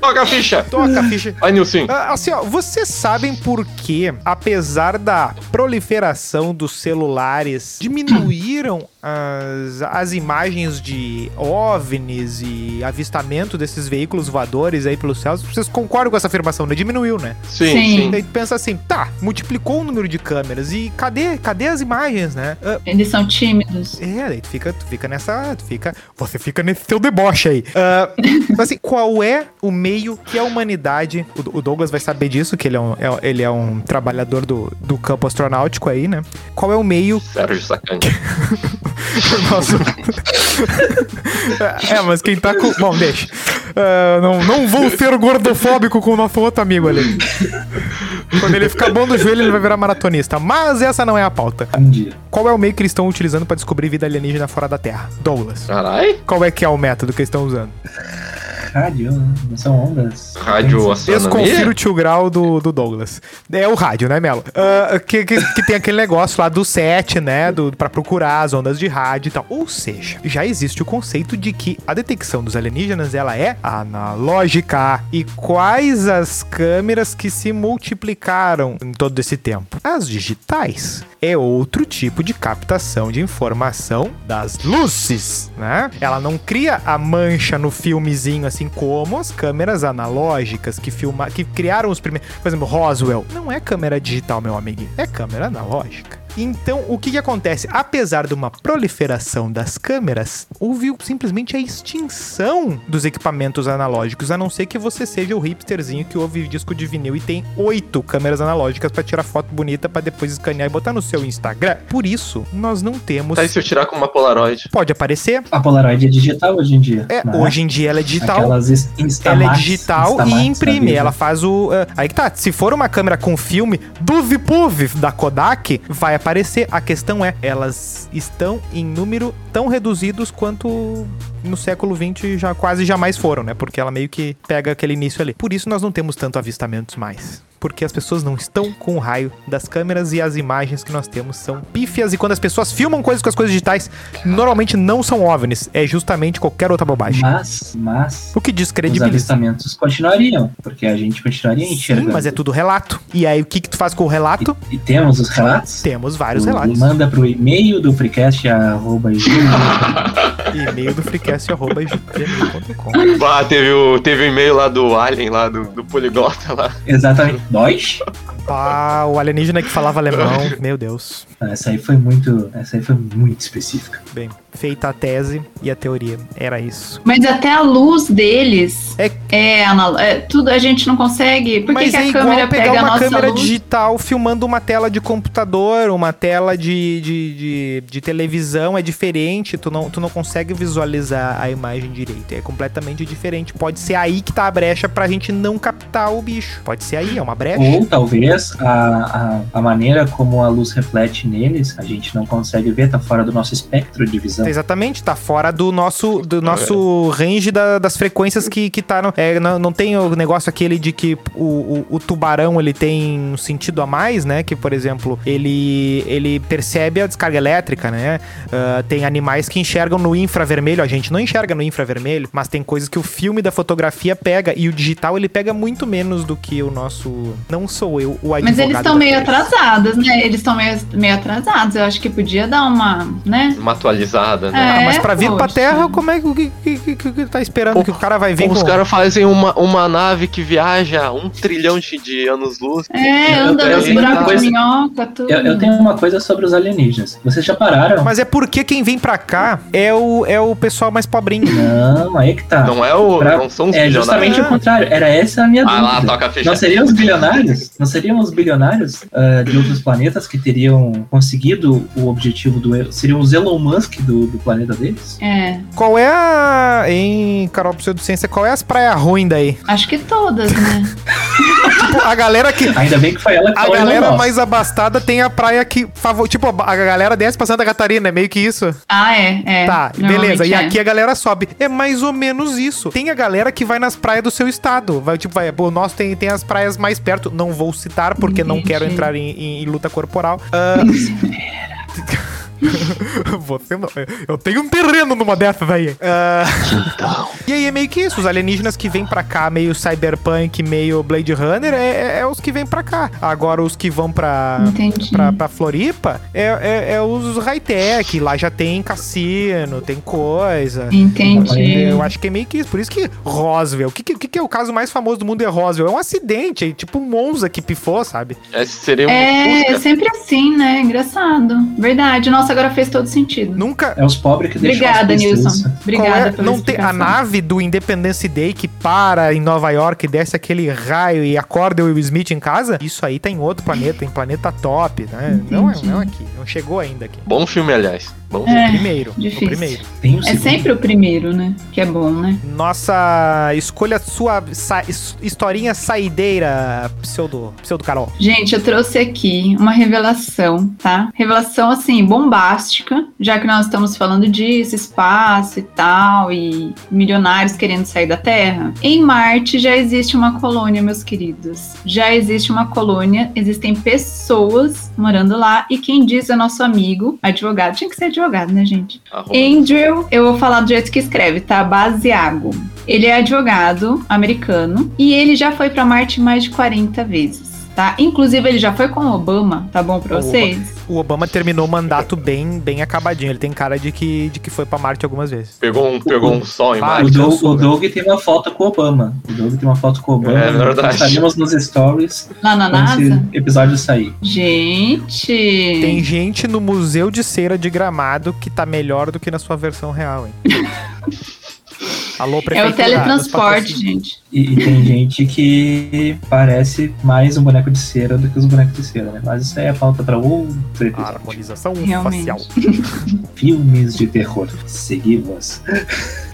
Speaker 2: Toca a ficha!
Speaker 4: Toca a ficha.
Speaker 2: Vai, Nilson.
Speaker 4: Ah, Assim, ó, vocês sabem por que, apesar da proliferação dos celulares, diminuíram as, as imagens de OVNIs e avistamento desses veículos voadores aí pelos céus? Vocês concordam com essa afirmação, né? Diminuiu, né?
Speaker 2: Sim,
Speaker 1: Sim.
Speaker 2: sim.
Speaker 4: Daí tu pensa assim, tá, multiplicou o número de câmeras e cadê, cadê as imagens, né? Ah,
Speaker 1: Eles são tímidos.
Speaker 4: é, daí tu fica, tu fica nessa, tu fica, você fica nesse teu deboche aí. Ah, mas assim, qual é o meio que a humanidade, o, o Douglas vai saber disso, que ele é um, é- ele é um trabalhador do, do campo astronáutico aí, né? Qual é o meio
Speaker 2: Sérgio Sacani.
Speaker 4: Nossa. é, mas quem tá com. Bom, deixa. Ah, não, não vou ser gordofóbico com o nosso outro amigo ali. Quando ele ficar bom do joelho, ele vai virar maratonista. Mas essa não é a pauta.
Speaker 5: Um dia.
Speaker 4: Qual é o meio que eles estão utilizando pra descobrir vida alienígena fora da Terra? Douglas.
Speaker 2: Carai.
Speaker 4: Qual é que é o método que eles estão usando?
Speaker 5: Rádio, não são ondas.
Speaker 2: Rádio
Speaker 4: Desconfira
Speaker 2: astronomia.
Speaker 4: o tio Grau do, do Douglas. É o rádio, né, Melo? Ah, que, que, que tem aquele negócio lá do set, né? Do, pra procurar as ondas de rádio e tal. Ou seja, já existe o conceito de que a detecção dos alienígenas, ela é analógica. E quais as câmeras que se multiplicaram em todo esse tempo? As digitais. É outro tipo de captação de informação das luzes, né? Ela não cria a mancha no filmezinho assim como as câmeras analógicas que filma, que criaram os primeiros, por exemplo, Roswell. Não é câmera digital, meu amiguinho, é câmera analógica. Então, o que, que acontece? Apesar de uma proliferação das câmeras, houve simplesmente a extinção dos equipamentos analógicos, a não ser que você seja o hipsterzinho que ouve disco de vinil e tem oito câmeras analógicas pra tirar foto bonita pra depois escanear e botar no seu Instagram. Por isso, nós não temos.
Speaker 2: Tá, e se eu tirar com uma Polaroid?
Speaker 4: Pode aparecer.
Speaker 5: A Polaroid é digital hoje em dia.
Speaker 4: É,
Speaker 5: né?
Speaker 4: hoje em dia ela é digital.
Speaker 5: Aquelas Instamax,
Speaker 4: Ela é digital
Speaker 5: Instamax,
Speaker 4: e imprime.
Speaker 5: sabe?
Speaker 4: Ela faz o. ah, aí que tá. Se for uma câmera com filme do Puv da Kodak, vai aparecer. A questão é, elas estão em número tão reduzidos quanto no século XX já quase jamais foram, né? Porque ela meio que pega aquele início ali. Por isso nós não temos tanto avistamentos mais. Porque as pessoas não estão com o raio das câmeras e as imagens que nós temos são pífias. E quando as pessoas filmam coisas com as coisas digitais, normalmente não são OVNIs. É justamente qualquer outra bobagem.
Speaker 5: Mas, mas,
Speaker 4: O que
Speaker 5: os
Speaker 4: descredibiliza.
Speaker 5: avistamentos continuariam, porque a gente continuaria enxergando.
Speaker 4: Sim, mas é tudo relato. E aí, o que que tu faz com o relato?
Speaker 5: E, e temos os relatos?
Speaker 4: Temos vários
Speaker 5: Tu
Speaker 4: relatos.
Speaker 5: Manda pro e-mail do freecast, arroba gmail.
Speaker 4: E-mail do freecast.gmail.com
Speaker 2: Bah, teve o, teve o e-mail lá do Alien, lá do, do Poliglota lá.
Speaker 5: Exatamente. Nós?
Speaker 4: Ah, o alienígena que falava alemão. Meu Deus.
Speaker 5: Ah, Essa aí foi muito. Essa aí foi muito específica.
Speaker 4: Bem, feita a tese e a teoria. Era isso.
Speaker 1: Mas até a luz deles
Speaker 4: É-
Speaker 1: é, anal- é, tudo a gente não consegue. Por que,
Speaker 4: Mas
Speaker 1: que
Speaker 4: é
Speaker 1: a
Speaker 4: igual
Speaker 1: câmera
Speaker 4: pegar
Speaker 1: pega a
Speaker 4: uma
Speaker 1: nossa
Speaker 4: câmera
Speaker 1: luz?
Speaker 4: digital filmando uma tela de computador, uma tela de, de, de, de televisão. É diferente. Tu não, tu não consegue visualizar a imagem direito. É completamente diferente. Pode ser aí que tá a brecha pra gente não captar o bicho. Pode ser aí, é uma brecha.
Speaker 5: Ou talvez a, a, a maneira como a luz reflete neles, a gente não consegue ver, tá fora do nosso espectro de visão.
Speaker 4: Exatamente, tá fora do nosso, do nosso range da- das frequências que, que tá no, é, não, não tem o negócio aquele de que o, o, o tubarão ele tem um sentido a mais, né? Que, por exemplo, ele, ele percebe a descarga elétrica, né? Ah, tem animais que enxergam no infravermelho, a gente não enxerga no infravermelho, mas tem coisas que o filme da fotografia pega e o digital ele pega muito menos do que o nosso. Não sou eu, o advogado.
Speaker 1: Mas eles estão
Speaker 4: da
Speaker 1: meio
Speaker 4: vez.
Speaker 1: atrasados, né? Eles estão meio, meio atrasados. Eu acho que podia dar uma, né?
Speaker 2: Uma atualizada, né?
Speaker 4: Ah,
Speaker 1: É,
Speaker 4: mas pra vir pra
Speaker 1: poxa.
Speaker 4: terra, como é que o que, que, que, que tá esperando?
Speaker 2: Pô,
Speaker 4: que o cara vai vir
Speaker 2: Pô, os
Speaker 4: com-
Speaker 2: caras fazem uma, uma nave que viaja um trilhão de- de anos-luz.
Speaker 1: É,
Speaker 5: Eu-
Speaker 1: anda
Speaker 2: eu
Speaker 1: nos
Speaker 2: tenho
Speaker 1: buracos
Speaker 5: coisa-
Speaker 1: de minhoca, tudo.
Speaker 5: Eu, eu tenho uma coisa sobre os alienígenas. Vocês já pararam?
Speaker 4: Mas é porque quem vem pra cá é o, é o pessoal mais pobrinho. né?
Speaker 5: Não, aí que tá.
Speaker 2: Não é o.
Speaker 5: Pra-
Speaker 2: Não são os
Speaker 5: é
Speaker 2: bilionários.
Speaker 5: justamente o contrário. Era essa a minha
Speaker 2: Ah lá,
Speaker 5: dúvida.
Speaker 2: toca a ficha.
Speaker 5: Não seriam os bilionários? Não seriam os bilionários ah, de outros planetas que teriam conseguido o objetivo do. Seriam os Elon Musk do, do planeta deles?
Speaker 1: É,
Speaker 4: Qual é a. Em Carol Pseudociência, qual é as praias ruins daí?
Speaker 1: acho que todas, né?
Speaker 4: Tipo, a galera que.
Speaker 5: Ainda bem que foi ela que
Speaker 4: A
Speaker 5: falou
Speaker 4: galera
Speaker 5: Elon Musk.
Speaker 4: mais abastada tem a praia que. Favor... Tipo, a galera desce pra Santa Catarina, é meio que isso.
Speaker 1: Ah, é, é.
Speaker 4: tá, beleza.
Speaker 1: Normalmente
Speaker 4: E
Speaker 1: é.
Speaker 4: aqui a galera sobe. É mais ou menos isso. Tem a galera que vai nas praias do seu estado. Vai, tipo, vai. O nosso tem, tem as praias mais perto. Não vou citar, porque não
Speaker 1: Entendi.
Speaker 4: quero entrar em, em- em luta corporal. Ah, Você não- Eu tenho um terreno numa dessas aí. Ah,
Speaker 2: Então.
Speaker 4: E aí é meio que isso. Os alienígenas que vêm pra cá, meio cyberpunk, meio Blade Runner, é, é- é os que vêm pra cá. Agora, os que vão pra,
Speaker 1: Entendi.
Speaker 4: pra, pra Floripa é, é- é os high-tech. Lá já tem cassino, tem coisa.
Speaker 1: Entendi.
Speaker 4: Eu acho que é meio que isso. Por isso que Roswell. O que, que, o que que é o caso mais famoso do mundo é Roswell? É um acidente, é tipo um Monza que pifou, sabe?
Speaker 2: Esse seria um.
Speaker 1: É, é sempre assim, né? Engraçado. Verdade. Nossa, agora fez todo sentido.
Speaker 4: Nunca.
Speaker 5: É os pobres que deixaram
Speaker 1: Obrigada,
Speaker 5: as pessoas.
Speaker 1: Nilson.
Speaker 4: Qual
Speaker 1: Obrigada
Speaker 4: é?
Speaker 1: pela
Speaker 4: não tem a
Speaker 1: explicação.
Speaker 4: nave do Independence Day que para em Nova York, desce aquele raio e acorda o Will Smith em casa? Isso aí tá em outro planeta, em planeta top, né? Não, é-
Speaker 1: Entendi.
Speaker 4: não é aqui, não chegou ainda aqui.
Speaker 2: Bom filme, aliás. Bom filme.
Speaker 1: É,
Speaker 4: Primeiro, o
Speaker 1: difícil.
Speaker 4: primeiro.
Speaker 5: Tem um
Speaker 1: é
Speaker 5: segundo.
Speaker 1: sempre o primeiro, né? Que é bom, né?
Speaker 4: Nossa escolha sua sa- his- historinha saideira, pseudo, pseudo Carol.
Speaker 1: Gente, eu trouxe aqui uma revelação, tá? Revelação, assim, bombástica, já que nós estamos falando disso, espaço e tal, e milionários querendo sair da Terra. Em Marte já existe uma colônia, meus queridos. Já existe uma colônia, existem pessoas morando lá, e quem diz é nosso amigo, advogado. Tinha que ser advogado, né, gente?
Speaker 2: Arroba.
Speaker 1: Andrew, eu vou falar do jeito que escreve, tá? Baseago. Ele é advogado americano e ele já foi pra Marte mais de 40 vezes. tá? Inclusive, ele já foi com o Obama, tá bom pra
Speaker 4: Opa.
Speaker 1: vocês?
Speaker 4: O Obama terminou o mandato bem, bem acabadinho. Ele tem cara de que, de que foi pra Marte algumas vezes.
Speaker 2: Pegou um, pegou um sol em
Speaker 4: Ah,
Speaker 2: Marte.
Speaker 5: o,
Speaker 4: então
Speaker 5: Doug,
Speaker 4: sou,
Speaker 5: o Doug tem uma foto com o Obama. O Doug tem uma foto com o Obama.
Speaker 2: É verdade.
Speaker 5: Estaremos nos stories
Speaker 1: Lá na
Speaker 5: quando
Speaker 1: NASA?
Speaker 5: esse episódio sair.
Speaker 1: Gente. é
Speaker 4: Tem gente no Museu de Cera de Gramado que tá melhor do que na sua versão real, hein? Alô,
Speaker 1: É
Speaker 4: prefeitura.
Speaker 1: o teletransporte,
Speaker 4: nos patrocina.
Speaker 1: gente.
Speaker 5: E, e tem gente que parece mais um boneco de cera do que os bonecos de cera, né? Mas isso aí é pauta pra outro episódio.
Speaker 4: Harmonização
Speaker 1: Realmente.
Speaker 4: facial.
Speaker 5: Filmes de terror. Seguimos.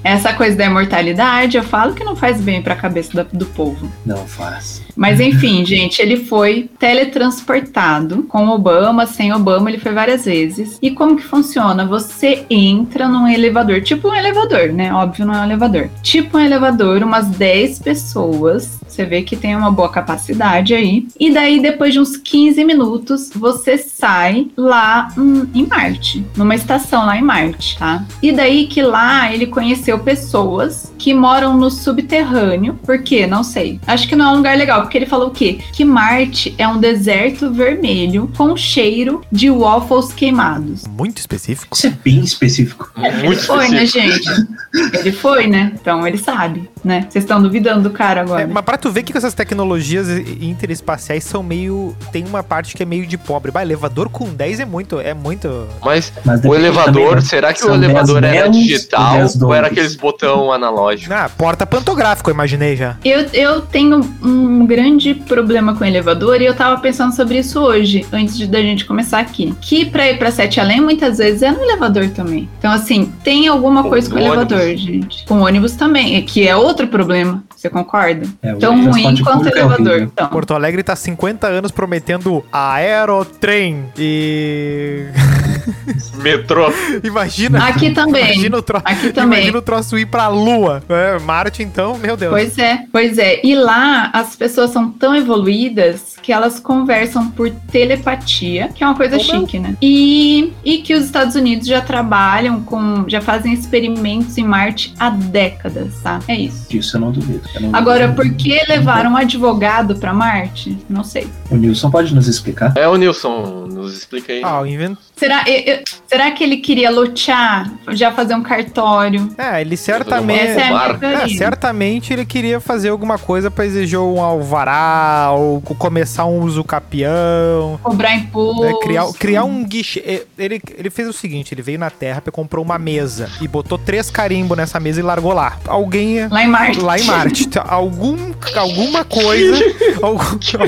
Speaker 1: Essa coisa da imortalidade, eu falo que não faz bem pra cabeça da- do povo.
Speaker 5: Não faz.
Speaker 1: Mas enfim, gente, ele foi teletransportado com Obama, sem Obama, ele foi várias vezes. E como que funciona? Você entra num elevador, tipo um elevador, né? Óbvio, não é um elevador. Tipo um elevador, umas 10 pessoas. Você vê que tem uma boa capacidade aí. E daí, depois de uns 15 minutos, você sai lá hum, em Marte, numa estação lá em Marte, tá? E daí que lá ele conheceu pessoas que moram no subterrâneo, porque não sei. Acho que não é um lugar legal, porque ele falou o quê? Que Marte é um deserto vermelho com cheiro de waffles queimados.
Speaker 4: Muito específico.
Speaker 5: Isso é bem específico.
Speaker 2: Muito
Speaker 1: Foi, né,
Speaker 2: específico.
Speaker 1: gente? Ele foi, né? Então ele sabe, né? Vocês estão duvidando do cara agora.
Speaker 4: É, mas pra tu ver que essas tecnologias interespaciais são meio. Tem uma parte que é meio de pobre. Bah, elevador com 10 é muito. É muito.
Speaker 2: Mas
Speaker 5: Mas
Speaker 2: o
Speaker 5: depende também,
Speaker 2: elevador,
Speaker 5: né?
Speaker 2: será que o
Speaker 5: São dez
Speaker 2: elevador era
Speaker 5: melos e
Speaker 2: digital
Speaker 5: dez
Speaker 2: ou era
Speaker 5: dons.
Speaker 2: aqueles botão analógico?
Speaker 4: Ah, porta pantográfica, eu imaginei já.
Speaker 1: Eu, eu tenho um grande problema com elevador e eu tava pensando sobre isso hoje, antes de, da gente começar aqui. Que pra ir pra Sete Além, muitas vezes é no elevador também. Então, assim, tem alguma
Speaker 2: Com
Speaker 1: coisa com o
Speaker 2: ônibus.
Speaker 1: elevador, gente. Com ônibus também, é que é outro problema. Você concorda?
Speaker 5: É, o
Speaker 1: Tão ruim
Speaker 5: transporte
Speaker 1: quanto
Speaker 5: público é
Speaker 1: elevador.
Speaker 5: horrível.
Speaker 1: então.
Speaker 4: Porto Alegre tá 50 anos prometendo aerotrem. E.
Speaker 2: Metrô.
Speaker 4: imagina.
Speaker 1: Aqui também.
Speaker 4: Imagina o, tro...
Speaker 1: Aqui também.
Speaker 4: imagina o troço ir pra lua. É, Marte, então, meu Deus.
Speaker 1: Pois é, pois é. E lá as pessoas são tão evoluídas que elas conversam por telepatia, que é uma coisa
Speaker 4: Como?
Speaker 1: chique, né? E, e que os Estados Unidos já trabalham com. já fazem experimentos em Marte há décadas, tá? É isso.
Speaker 5: Disso eu não duvido. Eu não
Speaker 1: Agora,
Speaker 5: duvido.
Speaker 1: por que levaram um advogado pra Marte? Não sei.
Speaker 5: O Nilson pode nos explicar?
Speaker 2: É, o Nilson, nos explica aí.
Speaker 4: Ah, o invent...
Speaker 1: Será, eu- eu- será que ele queria lotear, já fazer um cartório?
Speaker 4: É, ele
Speaker 1: Essa é
Speaker 4: certamente.
Speaker 1: a minha
Speaker 2: Mar-
Speaker 4: É,
Speaker 1: teoria.
Speaker 4: certamente ele queria fazer alguma coisa pra exigir um alvará, ou co- começar um uso capião,
Speaker 1: Cobrar imposto.
Speaker 4: né, criar, criar um guichê. É, Ele, ele fez o seguinte: ele veio na Terra, comprou uma mesa e botou três carimbos nessa mesa e largou lá. Alguém ia-
Speaker 1: Lá em Marte.
Speaker 4: lá em Marte. Tá, Algum, alguma coisa. algum-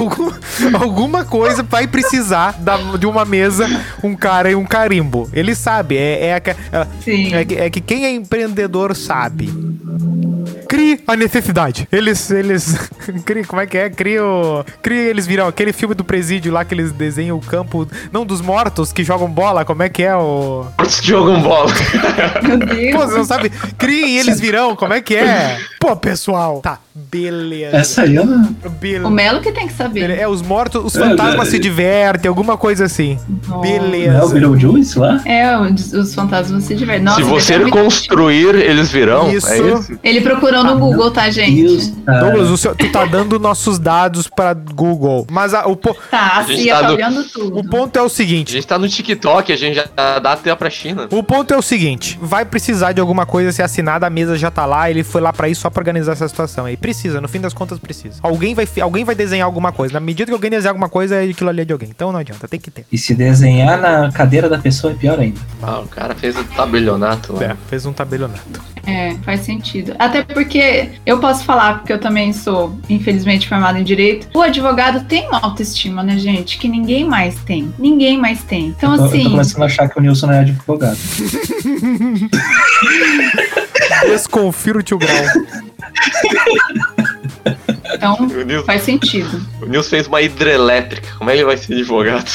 Speaker 4: algum- alguma coisa vai precisar da- de uma mesa, um cara e um carimbo. Ele sabe, é, é, aque-
Speaker 1: Sim.
Speaker 4: é que- é que quem é empreendedor sabe. Crie a necessidade. Eles. Eles. Crie, como é que é? Crie o. Crie, eles viram aquele filme do presídio lá que eles desenham o campo. Não dos mortos que jogam bola. Como é que é o.
Speaker 2: Portos que jogam um bola.
Speaker 1: Meu
Speaker 4: Pô,
Speaker 1: Deus.
Speaker 4: você não sabe? Crie e eles virão, como é que é? Pô, pessoal. Tá, beleza.
Speaker 5: Essa aí é eu não.
Speaker 1: O
Speaker 4: Beleza.
Speaker 1: Melo que tem que saber.
Speaker 4: É, os mortos, os fantasmas
Speaker 5: É,
Speaker 4: se divertem, alguma coisa assim.
Speaker 1: Nossa.
Speaker 5: Não é o
Speaker 4: Beleza.
Speaker 5: Beetlejuice lá?
Speaker 1: É, os os fantasmas se divertem. Nossa,
Speaker 2: Se
Speaker 1: ele,
Speaker 2: você
Speaker 1: tá muito-
Speaker 2: construir, eles virão.
Speaker 4: Isso.
Speaker 2: É isso?
Speaker 1: ele procurou no
Speaker 5: Ah,
Speaker 1: Google, tá, gente?
Speaker 5: Deus, cara.
Speaker 4: Douglas, o seu- tu tá dando nossos dados pra Google. Mas a- o, po-
Speaker 1: Tá, a
Speaker 2: gente
Speaker 1: Cia
Speaker 2: tá
Speaker 1: tá,
Speaker 2: no-
Speaker 1: olhando tudo.
Speaker 4: o ponto é o
Speaker 2: A
Speaker 4: seguinte.
Speaker 2: gente tá no TikTok, a gente já dá até pra China.
Speaker 4: O ponto é o seguinte, vai precisar de alguma coisa ser assinada, a mesa já tá lá, ele foi lá pra isso só pra organizar essa situação aí. Precisa, no fim das contas precisa. Alguém vai, fi- alguém vai desenhar alguma coisa. Na medida que alguém desenhar alguma coisa, é aquilo ali é de alguém. Então não adianta, tem que ter.
Speaker 5: E se desenhar na cadeira da pessoa é pior ainda.
Speaker 2: Ah, o cara fez o tabelionato lá.
Speaker 4: É, fez um tabelionato.
Speaker 1: É, faz sentido. Até porque eu posso falar, porque eu também sou, infelizmente, formada em direito. O advogado tem uma autoestima, né, gente? Que ninguém mais tem. Ninguém mais tem. Então,
Speaker 5: eu, tô, eu tô
Speaker 1: assim.
Speaker 5: começando a achar que o Nilson não é advogado.
Speaker 4: Desconfiro o tio Grau.
Speaker 1: Então,
Speaker 2: O Nilson,
Speaker 1: faz sentido.
Speaker 2: o Nilson fez uma hidrelétrica. Como é que ele vai ser advogado?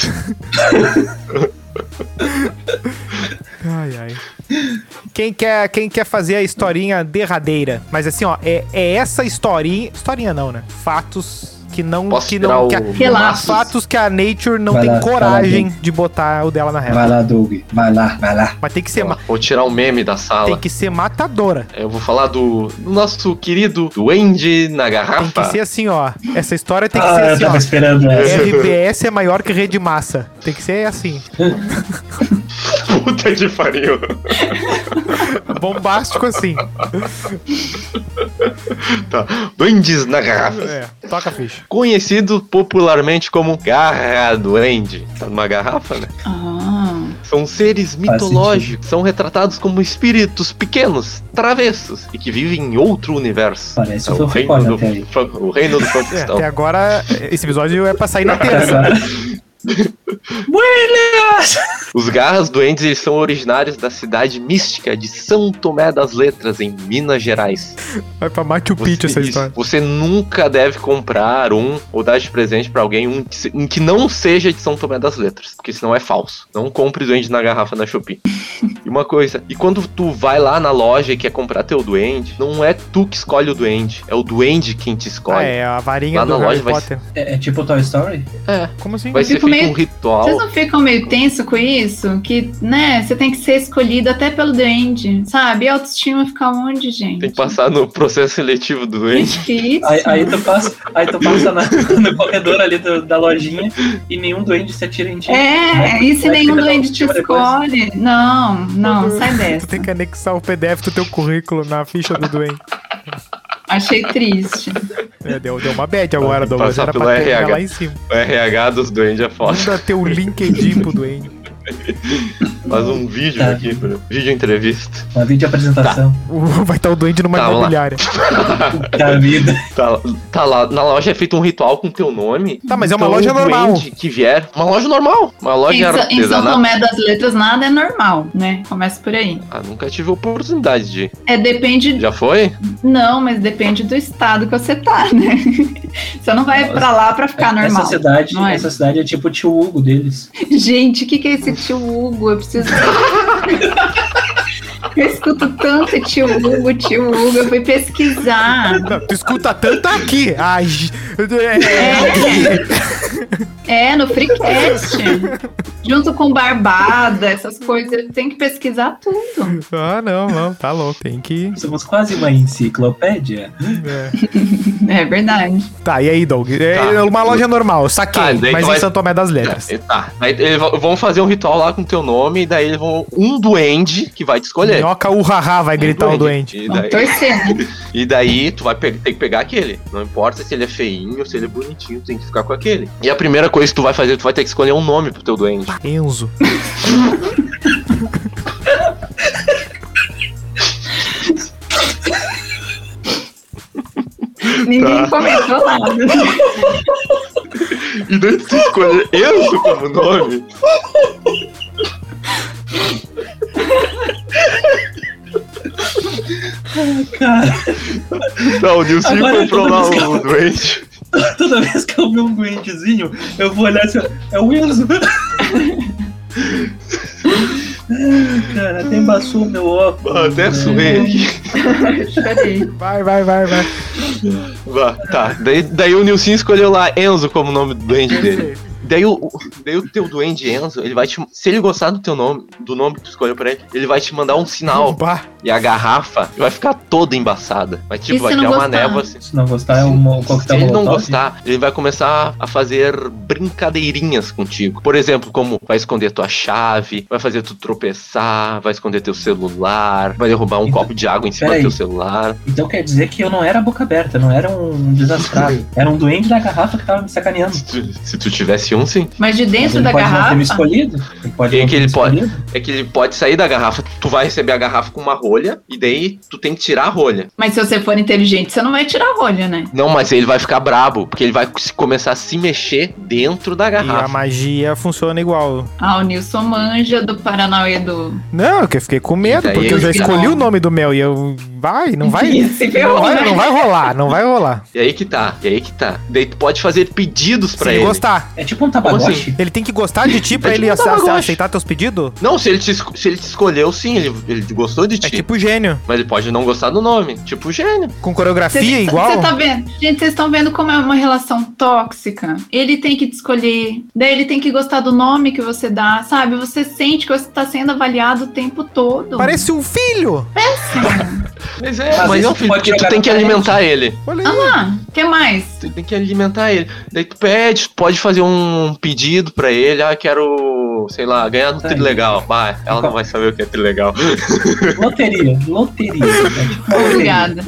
Speaker 4: Ai, ai. Quem quer, quem quer fazer a historinha derradeira? Mas assim, ó, é, é essa historinha. Historinha não, né? Fatos que não.
Speaker 2: Posso
Speaker 4: que
Speaker 2: tirar
Speaker 4: não
Speaker 2: o-
Speaker 4: que a-
Speaker 2: o
Speaker 1: Relatos.
Speaker 4: fatos que a Nature não
Speaker 5: Vai
Speaker 4: tem
Speaker 5: lá,
Speaker 4: coragem
Speaker 5: vai
Speaker 4: de botar o dela na reta.
Speaker 5: Vai lá, Doug. Vai lá, vai lá.
Speaker 4: Mas tem que ser, ma-
Speaker 2: Vou tirar o meme da
Speaker 4: tem
Speaker 2: sala.
Speaker 4: que ser matadora.
Speaker 2: Eu vou falar do do nosso querido Duende na
Speaker 4: Tem que
Speaker 2: garrafa.
Speaker 4: ser assim, ó. Essa história tem que
Speaker 5: ah, eu
Speaker 4: ser
Speaker 5: tava
Speaker 4: assim, ó.
Speaker 5: esperando essa.
Speaker 4: RBS é maior que rede massa. Tem que ser assim.
Speaker 2: Puta que pariu.
Speaker 4: Bombástico assim.
Speaker 2: Tá. Duendes na garrafa.
Speaker 4: É, toca a ficha.
Speaker 2: Conhecido popularmente como Garra Duende. Tá numa garrafa, né?
Speaker 1: Ah,
Speaker 2: São seres
Speaker 5: Faz
Speaker 2: mitológicos, são retratados como espíritos pequenos, travessos e que vivem em outro universo.
Speaker 5: Parece
Speaker 2: É
Speaker 4: Tá
Speaker 5: o
Speaker 2: o
Speaker 5: Fanficon
Speaker 2: reino do,
Speaker 5: até aí.
Speaker 2: fan- o reino do
Speaker 4: É,
Speaker 2: Fanficão.
Speaker 4: até agora, esse episódio é pra sair na
Speaker 5: Tá
Speaker 4: terça.
Speaker 2: Os garras doentes eles são originários da cidade mística de São Tomé das Letras, em Minas Gerais.
Speaker 4: Vai pra Machu Picchu essa
Speaker 2: isso,
Speaker 4: história.
Speaker 2: você nunca deve comprar um ou dar de presente pra alguém um que, se- um que não seja de São Tomé das Letras, porque senão é falso. Não compre duende na garrafa na Shopee. e uma coisa, e quando tu vai lá na loja e quer comprar teu duende, não é tu que escolhe o duende, é o duende quem te escolhe.
Speaker 4: Ah, é, a varinha
Speaker 2: Lá
Speaker 4: do
Speaker 2: na
Speaker 4: Harry
Speaker 2: loja vai
Speaker 4: Potter.
Speaker 5: É, é tipo Toy Story?
Speaker 4: Como assim?
Speaker 2: Vai
Speaker 1: Eu
Speaker 2: ser
Speaker 1: fico
Speaker 2: feito
Speaker 1: meio-
Speaker 2: um ritual.
Speaker 1: vocês não ficam meio tenso com isso? Que, né, você tem que ser escolhido até pelo duende, sabe? E a autoestima fica onde, gente?
Speaker 2: Tem que passar no processo seletivo do duende.
Speaker 1: Difícil.
Speaker 5: Aí, aí tu passa, aí tu passa na- no corredor ali do- da lojinha e nenhum duende se atira em ti.
Speaker 1: É, e se
Speaker 5: Vai
Speaker 1: nenhum
Speaker 5: tirar a
Speaker 1: doente te
Speaker 5: autoestima depois.
Speaker 1: escolhe? Não,
Speaker 5: Uhum.
Speaker 1: não, sai
Speaker 4: Tu
Speaker 1: dessa.
Speaker 4: tem que anexar o PDF do teu currículo na ficha do doente.
Speaker 1: Achei triste.
Speaker 4: É, deu, deu uma bad agora,
Speaker 2: Tem que
Speaker 4: Douglas.
Speaker 2: passar
Speaker 4: Era pra
Speaker 2: pelo
Speaker 4: ter
Speaker 2: RH.
Speaker 4: lá em cima.
Speaker 2: O RH dos duendes é foda.
Speaker 4: Manda teu LinkedIn pro doente.
Speaker 2: Faz um vídeo
Speaker 5: Tá.
Speaker 2: aqui, pra... vídeo entrevista.
Speaker 5: Uma videoapresentação
Speaker 4: Vai estar o doente numa
Speaker 2: Tá, vamos lá.
Speaker 4: imobiliária.
Speaker 5: da vida.
Speaker 2: Tá, tá lá, na loja é feito um ritual com teu nome.
Speaker 4: Tá, mas é uma
Speaker 2: Então,
Speaker 4: loja
Speaker 2: o
Speaker 4: normal.
Speaker 2: duende que vier, uma loja normal, uma
Speaker 1: Em,
Speaker 2: loja
Speaker 1: Sa- em São
Speaker 2: artesanal.
Speaker 1: Tomé das Letras nada é normal, né? Começa por aí.
Speaker 2: Ah, nunca tive oportunidade de. ir.
Speaker 1: É, depende
Speaker 2: Já foi?
Speaker 1: Não, mas depende do estado que você tá, né? Você não vai
Speaker 5: Nossa.
Speaker 1: pra lá pra ficar normal.
Speaker 5: Essa cidade,
Speaker 1: não é?
Speaker 5: essa cidade é tipo o tio Hugo deles.
Speaker 1: Gente, o que, que é esse tio Hugo? Eu preciso. Eu escuto tanto tio Hugo, tio Hugo. Eu fui pesquisar.
Speaker 4: Não, tu escuta tanto aqui. Ai, é,
Speaker 1: É, é no Freecast. Junto com Barbada, essas coisas. Tem que pesquisar tudo.
Speaker 4: Ah, não, não. Tá louco. Tem que.
Speaker 5: Somos quase uma enciclopédia.
Speaker 4: é.
Speaker 1: É verdade.
Speaker 4: Tá, e aí, Doug? É
Speaker 2: Tá.
Speaker 4: uma loja normal, saquei.
Speaker 2: Tá, daí
Speaker 4: mas
Speaker 2: tu
Speaker 4: em
Speaker 2: vai-
Speaker 4: São Tomé das Letras.
Speaker 2: É, Tá. Aí eles vão- vão fazer um ritual lá com teu nome, e daí eles vão. Um duende que vai te escolher. Um
Speaker 4: Minhoca urrahá vai gritar o doente.
Speaker 2: E
Speaker 5: Então
Speaker 1: Vamos
Speaker 5: é
Speaker 2: daí,
Speaker 1: torcer. né?
Speaker 2: e daí tu vai pe- ter que pegar aquele. Não importa se ele é feinho, se ele é bonitinho, tu tem que ficar com aquele. E a primeira coisa que tu vai fazer, tu vai ter que escolher um nome pro teu duende.
Speaker 4: Enzo.
Speaker 2: Tá.
Speaker 1: Ninguém comentou lá.
Speaker 2: E
Speaker 5: é
Speaker 2: daí tu escolhe Enzo como tipo, um nome.
Speaker 5: Cara,
Speaker 2: Não, Tá, o Nilson
Speaker 5: Agora eu tô
Speaker 2: comprou lá o
Speaker 5: buscando.
Speaker 2: doente.
Speaker 5: toda vez que eu ver um duendezinho, eu vou olhar assim, ó, é o Enzo. Ah, Cara, até embaçou o meu óculos.
Speaker 2: Ah, Até
Speaker 5: né?
Speaker 2: suei aqui.
Speaker 1: Chorei.
Speaker 4: Vai, vai, vai, vai.
Speaker 2: Vá, Tá, daí, daí o Nilson escolheu lá Enzo como nome do duende dele. Daí o, o- daí o teu duende Enzo, ele vai te. Se ele gostar do teu nome, do nome que tu escolheu pra ele, ele vai te mandar um sinal.
Speaker 4: Opa.
Speaker 2: E a garrafa vai ficar toda embaçada. Vai tipo,
Speaker 1: E se
Speaker 2: vai
Speaker 1: não
Speaker 2: criar uma
Speaker 1: gostar?
Speaker 2: névoa assim.
Speaker 5: Se não gostar, é um
Speaker 2: Se
Speaker 5: coquetel
Speaker 2: ele não
Speaker 5: molotov.
Speaker 2: gostar, ele vai começar a fazer brincadeirinhas contigo. Por exemplo, como vai esconder tua chave, vai fazer tu tropeçar, vai esconder teu celular, vai derrubar um
Speaker 5: Então,
Speaker 2: copo de água em cima
Speaker 5: peraí.
Speaker 2: do teu celular.
Speaker 5: Então quer dizer que eu não era boca aberta, não era um desastrado. Era um duende da garrafa que tava me sacaneando.
Speaker 2: Se tu, se tu tivesse um, sim.
Speaker 1: Mas de
Speaker 5: Mas
Speaker 1: dentro
Speaker 5: ele
Speaker 1: da
Speaker 5: pode não ter me
Speaker 1: garrafa.
Speaker 5: escolhido. Ele pode
Speaker 2: E
Speaker 5: não
Speaker 2: que
Speaker 5: ter me
Speaker 2: ele pode-
Speaker 5: escolhido.
Speaker 2: É que ele pode sair da garrafa. Tu vai receber a garrafa com uma rolha e daí tu tem que tirar a rolha.
Speaker 1: Mas se você for inteligente, você não vai tirar a rolha, né?
Speaker 2: Não, mas ele vai ficar brabo, porque ele vai se- começar a se mexer dentro da
Speaker 4: E a
Speaker 2: garrafa.
Speaker 4: magia funciona igual.
Speaker 1: Ah, o Nilson manja do Paranauê do.
Speaker 4: Não, que eu fiquei com
Speaker 2: E
Speaker 4: medo,
Speaker 2: daí
Speaker 4: porque eu já
Speaker 1: ele-
Speaker 4: escolhi o nome do meu e eu. Vai, não vai.
Speaker 1: Ih, se ferrou,
Speaker 4: Não vai,
Speaker 1: né?
Speaker 4: não vai rolar, não vai rolar.
Speaker 2: E aí que tá, e aí que tá. Daí tu pode fazer pedidos pra
Speaker 4: Se
Speaker 2: ele.
Speaker 4: gostar.
Speaker 5: É tipo tipo um
Speaker 2: assim?
Speaker 5: Tamagotchi?
Speaker 4: Ele tem que gostar de ti pra
Speaker 2: É
Speaker 4: ele
Speaker 2: tipo um
Speaker 4: ace-
Speaker 2: Tamagotchi.
Speaker 4: aceitar teus pedidos?
Speaker 2: Não, se ele te, esco- se ele te escolheu, sim, ele, ele gostou de ti.
Speaker 4: É tipo gênio.
Speaker 2: Mas ele pode não gostar do nome. Tipo gênio.
Speaker 4: Com coreografia
Speaker 1: Cê-
Speaker 4: igual?
Speaker 1: cê tá vendo? Gente, vocês estão vendo como é uma relação tóxica? Ele tem que te escolher, daí ele tem que gostar do nome que você dá, sabe? Você sente que você tá sendo avaliado o tempo todo.
Speaker 4: Parece um filho!
Speaker 2: Mas é,
Speaker 5: Mas
Speaker 2: mas,
Speaker 5: isso
Speaker 2: não, filho,
Speaker 5: pode
Speaker 2: porque tu
Speaker 5: jogar
Speaker 2: tem que
Speaker 5: na parede.
Speaker 2: alimentar ele.
Speaker 4: Olha
Speaker 1: Ah
Speaker 4: aí.
Speaker 1: lá, o que mais?
Speaker 2: Tu tem que alimentar ele. Daí tu pede, pode fazer um pedido pra ele. Ah, quero, sei lá, ganhar no
Speaker 5: Tá Então.
Speaker 2: Trilegal. Bah, ela não vai saber o que é Trilegal.
Speaker 5: É tipo Loteria, loteria. É tipo uma loteria.
Speaker 1: Obrigada.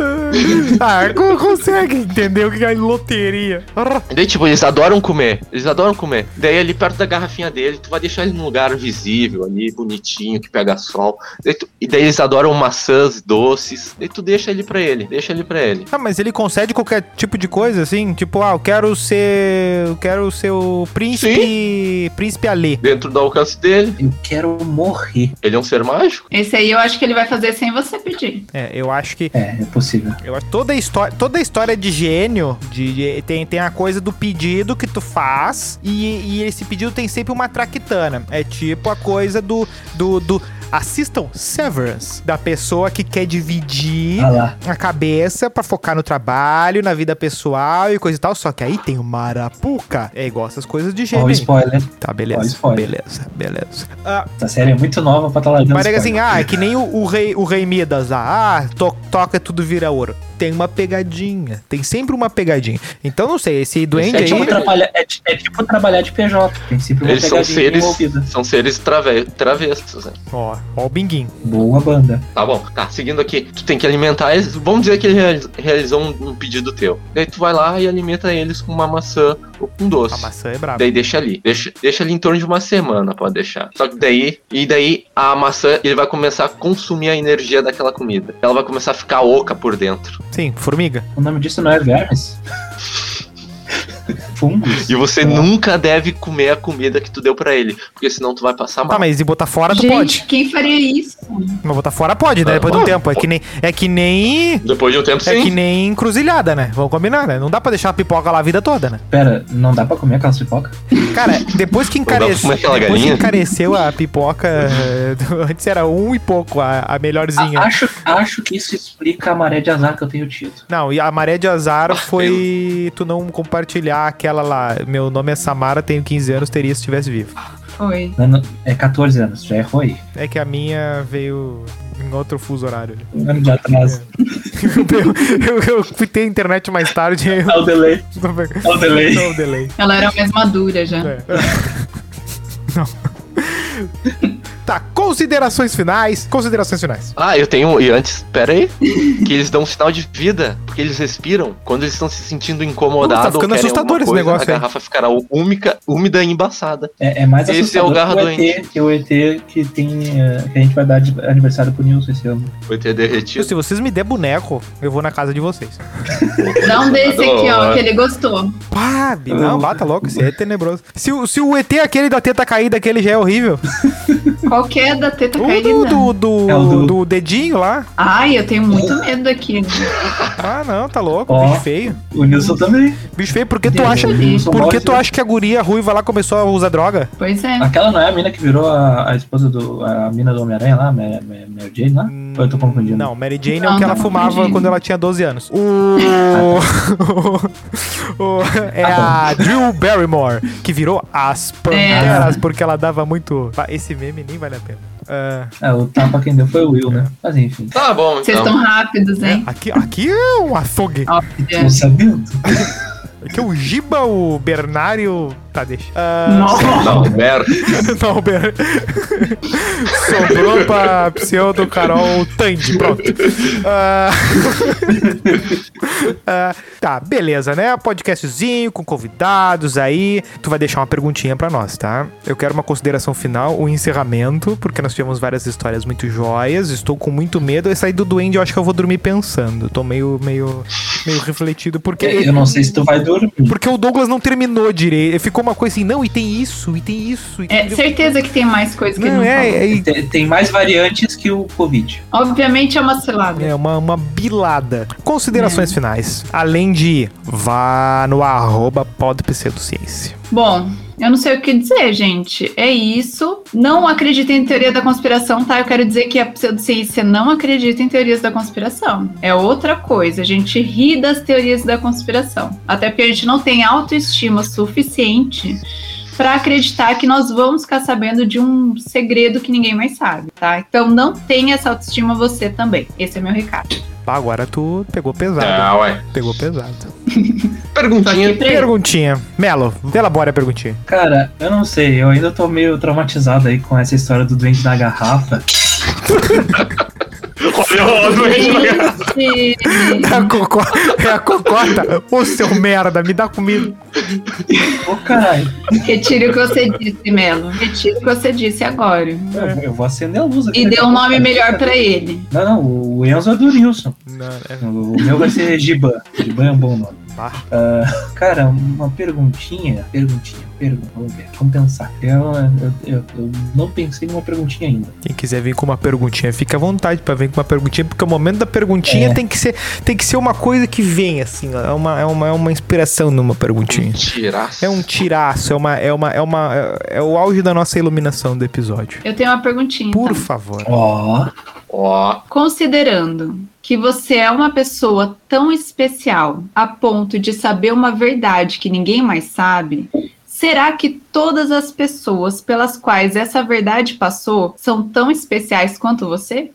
Speaker 4: Ah, co- consegue entender o que é loteria. Arr.
Speaker 2: Daí, tipo, eles adoram comer. Eles adoram comer. Daí, ali perto da garrafinha dele, tu vai deixar ele num lugar visível, ali, bonitinho, que pega sol. Daí tu- e daí eles adoram maçãs, doces. Daí tu deixa ele pra ele. Deixa ele pra ele.
Speaker 4: Ah, mas ele concede qualquer tipo de coisa, assim? Tipo, ah, eu quero ser. Eu quero ser o príncipe. Príncipe Alê.
Speaker 2: Dentro do alcance dele,
Speaker 5: Eu quero morrer.
Speaker 2: ele é um ser mágico.
Speaker 1: Esse aí eu acho que ele vai fazer sem você pedir.
Speaker 4: É, eu acho que.
Speaker 5: É, é possível.
Speaker 4: Eu acho que toda a história, toda a história de gênio de, de- tem, tem a coisa do pedido que tu faz e, e esse pedido tem sempre uma traquitana. É tipo a coisa do. do, do assistam Severance, da pessoa que quer dividir
Speaker 5: Ah lá.
Speaker 4: a cabeça pra focar no trabalho, na vida pessoal e coisa e tal. Só que aí tem o marapuca. É igual essas coisas de
Speaker 5: Ó,
Speaker 4: gênio.
Speaker 5: o
Speaker 4: hein?
Speaker 5: spoiler.
Speaker 4: Tá,
Speaker 5: Ó,
Speaker 4: beleza.
Speaker 5: spoiler.
Speaker 4: Beleza, beleza.
Speaker 5: Essa série é muito nova pra estar tá largando.
Speaker 4: Parece assim,
Speaker 5: spoiler.
Speaker 4: ah, é que nem o, o rei, o rei Midas lá. Ah, to- toca tudo vira ouro. Tem uma pegadinha. Tem sempre uma pegadinha. Então, não sei, esse duende
Speaker 5: é, tipo
Speaker 4: aí.
Speaker 5: trabalhar, é, ti- é tipo trabalhar de PJ. Tem sempre uma
Speaker 2: Eles são
Speaker 5: pegadinha
Speaker 2: seres,
Speaker 5: envolvida.
Speaker 2: são seres trave, travessos, né?
Speaker 4: Ó, ó o binguinho.
Speaker 5: Boa banda.
Speaker 2: Tá bom, tá, seguindo aqui, tu tem que alimentar eles, vamos dizer que ele reali- realizou um, um pedido teu. Daí tu vai lá e alimenta eles com uma maçã ou com doce.
Speaker 4: A maçã é braba.
Speaker 2: Daí deixa ali, deixa, deixa ali em torno de uma semana, pode deixar. Só que daí, e daí a maçã, ele vai começar a consumir a energia daquela comida. Ela vai começar a ficar oca por dentro.
Speaker 4: Sim, formiga.
Speaker 5: O nome disso não é vermes? Fungos?
Speaker 2: E
Speaker 4: Tá.
Speaker 2: você nunca deve comer a comida que tu deu pra ele, porque senão tu vai passar
Speaker 4: Tá,
Speaker 2: mal.
Speaker 4: mas e botar fora tu
Speaker 1: Gente,
Speaker 4: pode.
Speaker 1: quem faria isso?
Speaker 4: Mas botar fora pode, né?
Speaker 2: Ah,
Speaker 4: Depois de um
Speaker 2: pode,
Speaker 4: tempo. É que nem. É que nem.
Speaker 2: Depois de um tempo,
Speaker 4: É que
Speaker 2: sim.
Speaker 4: nem encruzilhada, né? Vamos combinar, né? Não dá pra deixar a pipoca lá a vida toda, né?
Speaker 5: Pera, não dá pra comer aquelas pipoca?
Speaker 4: Cara, depois que
Speaker 2: pra
Speaker 4: encareceu,
Speaker 2: comer aquela
Speaker 4: depois que
Speaker 2: galinha?
Speaker 4: encareceu a pipoca, eh, antes era um e pouco a, a melhorzinha.
Speaker 5: A- acho, acho que isso explica a maré de azar que eu tenho tido.
Speaker 4: Não, e a maré de azar foi tu não compartilhar aquela lá. Meu nome é Samara, tenho 15 anos, teria se estivesse vivo.
Speaker 1: Foi.
Speaker 5: Não, não, é 14 anos, já errou aí.
Speaker 4: É que a minha veio em outro fuso horário. ali.
Speaker 5: Um ano de atraso.
Speaker 4: Eu, eu, eu fui ter internet mais tarde e eu
Speaker 5: É. Olha o delay,
Speaker 4: não peguei.
Speaker 5: olha o delay.
Speaker 4: Não, um delay.
Speaker 1: Ela era mais madura já.
Speaker 4: É. Não. Tá, considerações finais. Considerações finais.
Speaker 2: Ah, eu tenho. E antes, pera aí. que eles dão um sinal de vida, porque eles respiram quando eles estão se sentindo incomodados.
Speaker 4: Tá ficando
Speaker 2: ou querem
Speaker 4: assustador
Speaker 2: alguma
Speaker 4: esse
Speaker 2: coisa,
Speaker 4: negócio
Speaker 2: A
Speaker 4: aí.
Speaker 2: garrafa ficará úmica, úmida e embaçada.
Speaker 5: É, é mais
Speaker 2: Esse é o
Speaker 5: assustador
Speaker 2: garra
Speaker 5: que ET, que o ET que tem. eh, que a gente vai dar de aniversário pro Nilson esse ano.
Speaker 2: Foi ter derretido.
Speaker 4: Se vocês me der boneco, eu vou na casa de vocês.
Speaker 1: Dá um desse aqui, ó, que ele gostou.
Speaker 4: Pá, bi- não, bata louco, isso aí é tenebroso. Se, o- se o ET aquele da teta caída, aquele já é horrível.
Speaker 1: Qualquer da teta
Speaker 4: O
Speaker 1: caída.
Speaker 4: do, do, do,
Speaker 5: É o do-
Speaker 4: do dedinho lá.
Speaker 1: Ai, eu tenho muito medo aqui.
Speaker 4: Ah, não, tá louco.
Speaker 5: Ó.
Speaker 4: Bicho feio.
Speaker 5: O Nilson também.
Speaker 4: Bicho feio, por que tu
Speaker 1: Deus
Speaker 4: acha.
Speaker 1: me
Speaker 5: livre.
Speaker 4: Por que
Speaker 5: Nossa.
Speaker 4: tu acha que a guria ruiva lá começou a usar droga?
Speaker 1: Pois é.
Speaker 5: Aquela não é a mina que virou a, a esposa do. a mina do Homem-Aranha lá, Mary, Mary- Mary Jane lá? Ou eu tô confundindo?
Speaker 4: Não, Mary Jane é o
Speaker 1: Não,
Speaker 4: que ela
Speaker 1: não,
Speaker 4: fumava
Speaker 1: Mary Jane.
Speaker 4: quando ela tinha 12 anos. O. o... É
Speaker 5: Ah, tá.
Speaker 4: a Drew Barrymore, que virou as
Speaker 1: É.
Speaker 4: panteras porque ela dava muito. Ah, Esse meme nem vale a pena. Ah,
Speaker 5: É, o tapa quem deu foi o Will, né? Mas enfim.
Speaker 1: É.
Speaker 2: Tá bom,
Speaker 1: Vocês
Speaker 2: então.
Speaker 1: estão rápidos, hein?
Speaker 4: aqui, aqui é um açougue.
Speaker 5: Tô
Speaker 4: É.
Speaker 5: sabendo.
Speaker 4: Aqui é o Giba, o Bernário. Tá, deixa. Ah,
Speaker 1: Nossa.
Speaker 2: Não, Tá, merda.
Speaker 4: Não, Ber... Sobrou pra pseudo Carol Tandy, pronto. Ah, ah, tá, beleza, né? Podcastzinho com convidados aí. Tu vai deixar uma perguntinha pra nós, tá? Eu quero uma consideração final, um encerramento, porque nós tivemos várias histórias muito joias. Estou com muito medo. Esse aí do Duende, eu acho que eu vou dormir pensando. Tô meio, meio, meio refletido, porque...
Speaker 1: É,
Speaker 5: Eu não sei se tu vai dormir.
Speaker 4: Porque o Douglas não terminou direito. Ficou uma coisa assim, não, e tem isso, e tem isso. E
Speaker 1: É,
Speaker 4: tem...
Speaker 1: certeza que tem mais coisa que
Speaker 4: Não,
Speaker 1: não
Speaker 4: é, é,
Speaker 5: Tem, tem mais variantes que o Covid.
Speaker 1: Obviamente é uma cilada.
Speaker 4: é uma, uma bilada. Considerações finais. Além de vá no arroba podpseudociência.
Speaker 1: Bom, Eu não sei o que dizer, gente. É isso. Não acreditem em teoria da conspiração, tá? Eu quero dizer que a pseudociência não acredita em teorias da conspiração. É outra coisa. A gente ri das teorias da conspiração. Até porque a gente não tem autoestima suficiente para acreditar que nós vamos ficar sabendo de um segredo que ninguém mais sabe, tá? Então não tenha essa autoestima você também. Esse é meu recado.
Speaker 4: Pá, agora tu pegou pesado.
Speaker 2: Ah, ué.
Speaker 4: Pegou pesado.
Speaker 1: Só
Speaker 2: Perguntinha.
Speaker 1: que pra-
Speaker 4: Perguntinha. Melo, elabora a perguntinha.
Speaker 5: Cara, eu não sei, eu ainda tô meio traumatizado aí com essa história do doente da garrafa.
Speaker 2: Olha o doente na garrafa.
Speaker 1: Gente,
Speaker 4: É a, cocó, é a cocota. Ô, seu merda, me dá comida.
Speaker 5: Ô caralho,
Speaker 1: Retire o que você disse, Melo. Retire o que você disse agora.
Speaker 5: eu, eu vou acender a luz aqui.
Speaker 1: E dê um nome melhor para ele.
Speaker 5: Não, não, o Enzo é do Nilson.
Speaker 4: Não, é-
Speaker 5: O meu vai ser Giban. Giban é um bom nome.
Speaker 4: Tá.
Speaker 5: Ah, cara, uma perguntinha. Perguntinha, pergunta. Vamos ver, vamos pensar. Eu, eu- eu- eu não pensei numa perguntinha ainda.
Speaker 4: Quem quiser vir com uma perguntinha, fica à vontade pra vir com uma perguntinha, porque o momento da perguntinha
Speaker 5: É.
Speaker 4: tem, que ser, tem que ser uma coisa que vem, assim, ó. é uma, é uma, é uma inspiração numa perguntinha.
Speaker 2: Tiraço.
Speaker 4: É um tiraço, é uma, é uma, é uma, é o auge da nossa iluminação do episódio.
Speaker 1: Eu tenho uma perguntinha.
Speaker 4: Por
Speaker 1: então.
Speaker 4: favor.
Speaker 5: Ó,
Speaker 2: Ó.
Speaker 1: Considerando que você é uma pessoa tão especial a ponto de saber uma verdade que ninguém mais sabe, será que todas as pessoas pelas quais essa verdade passou são tão especiais quanto você?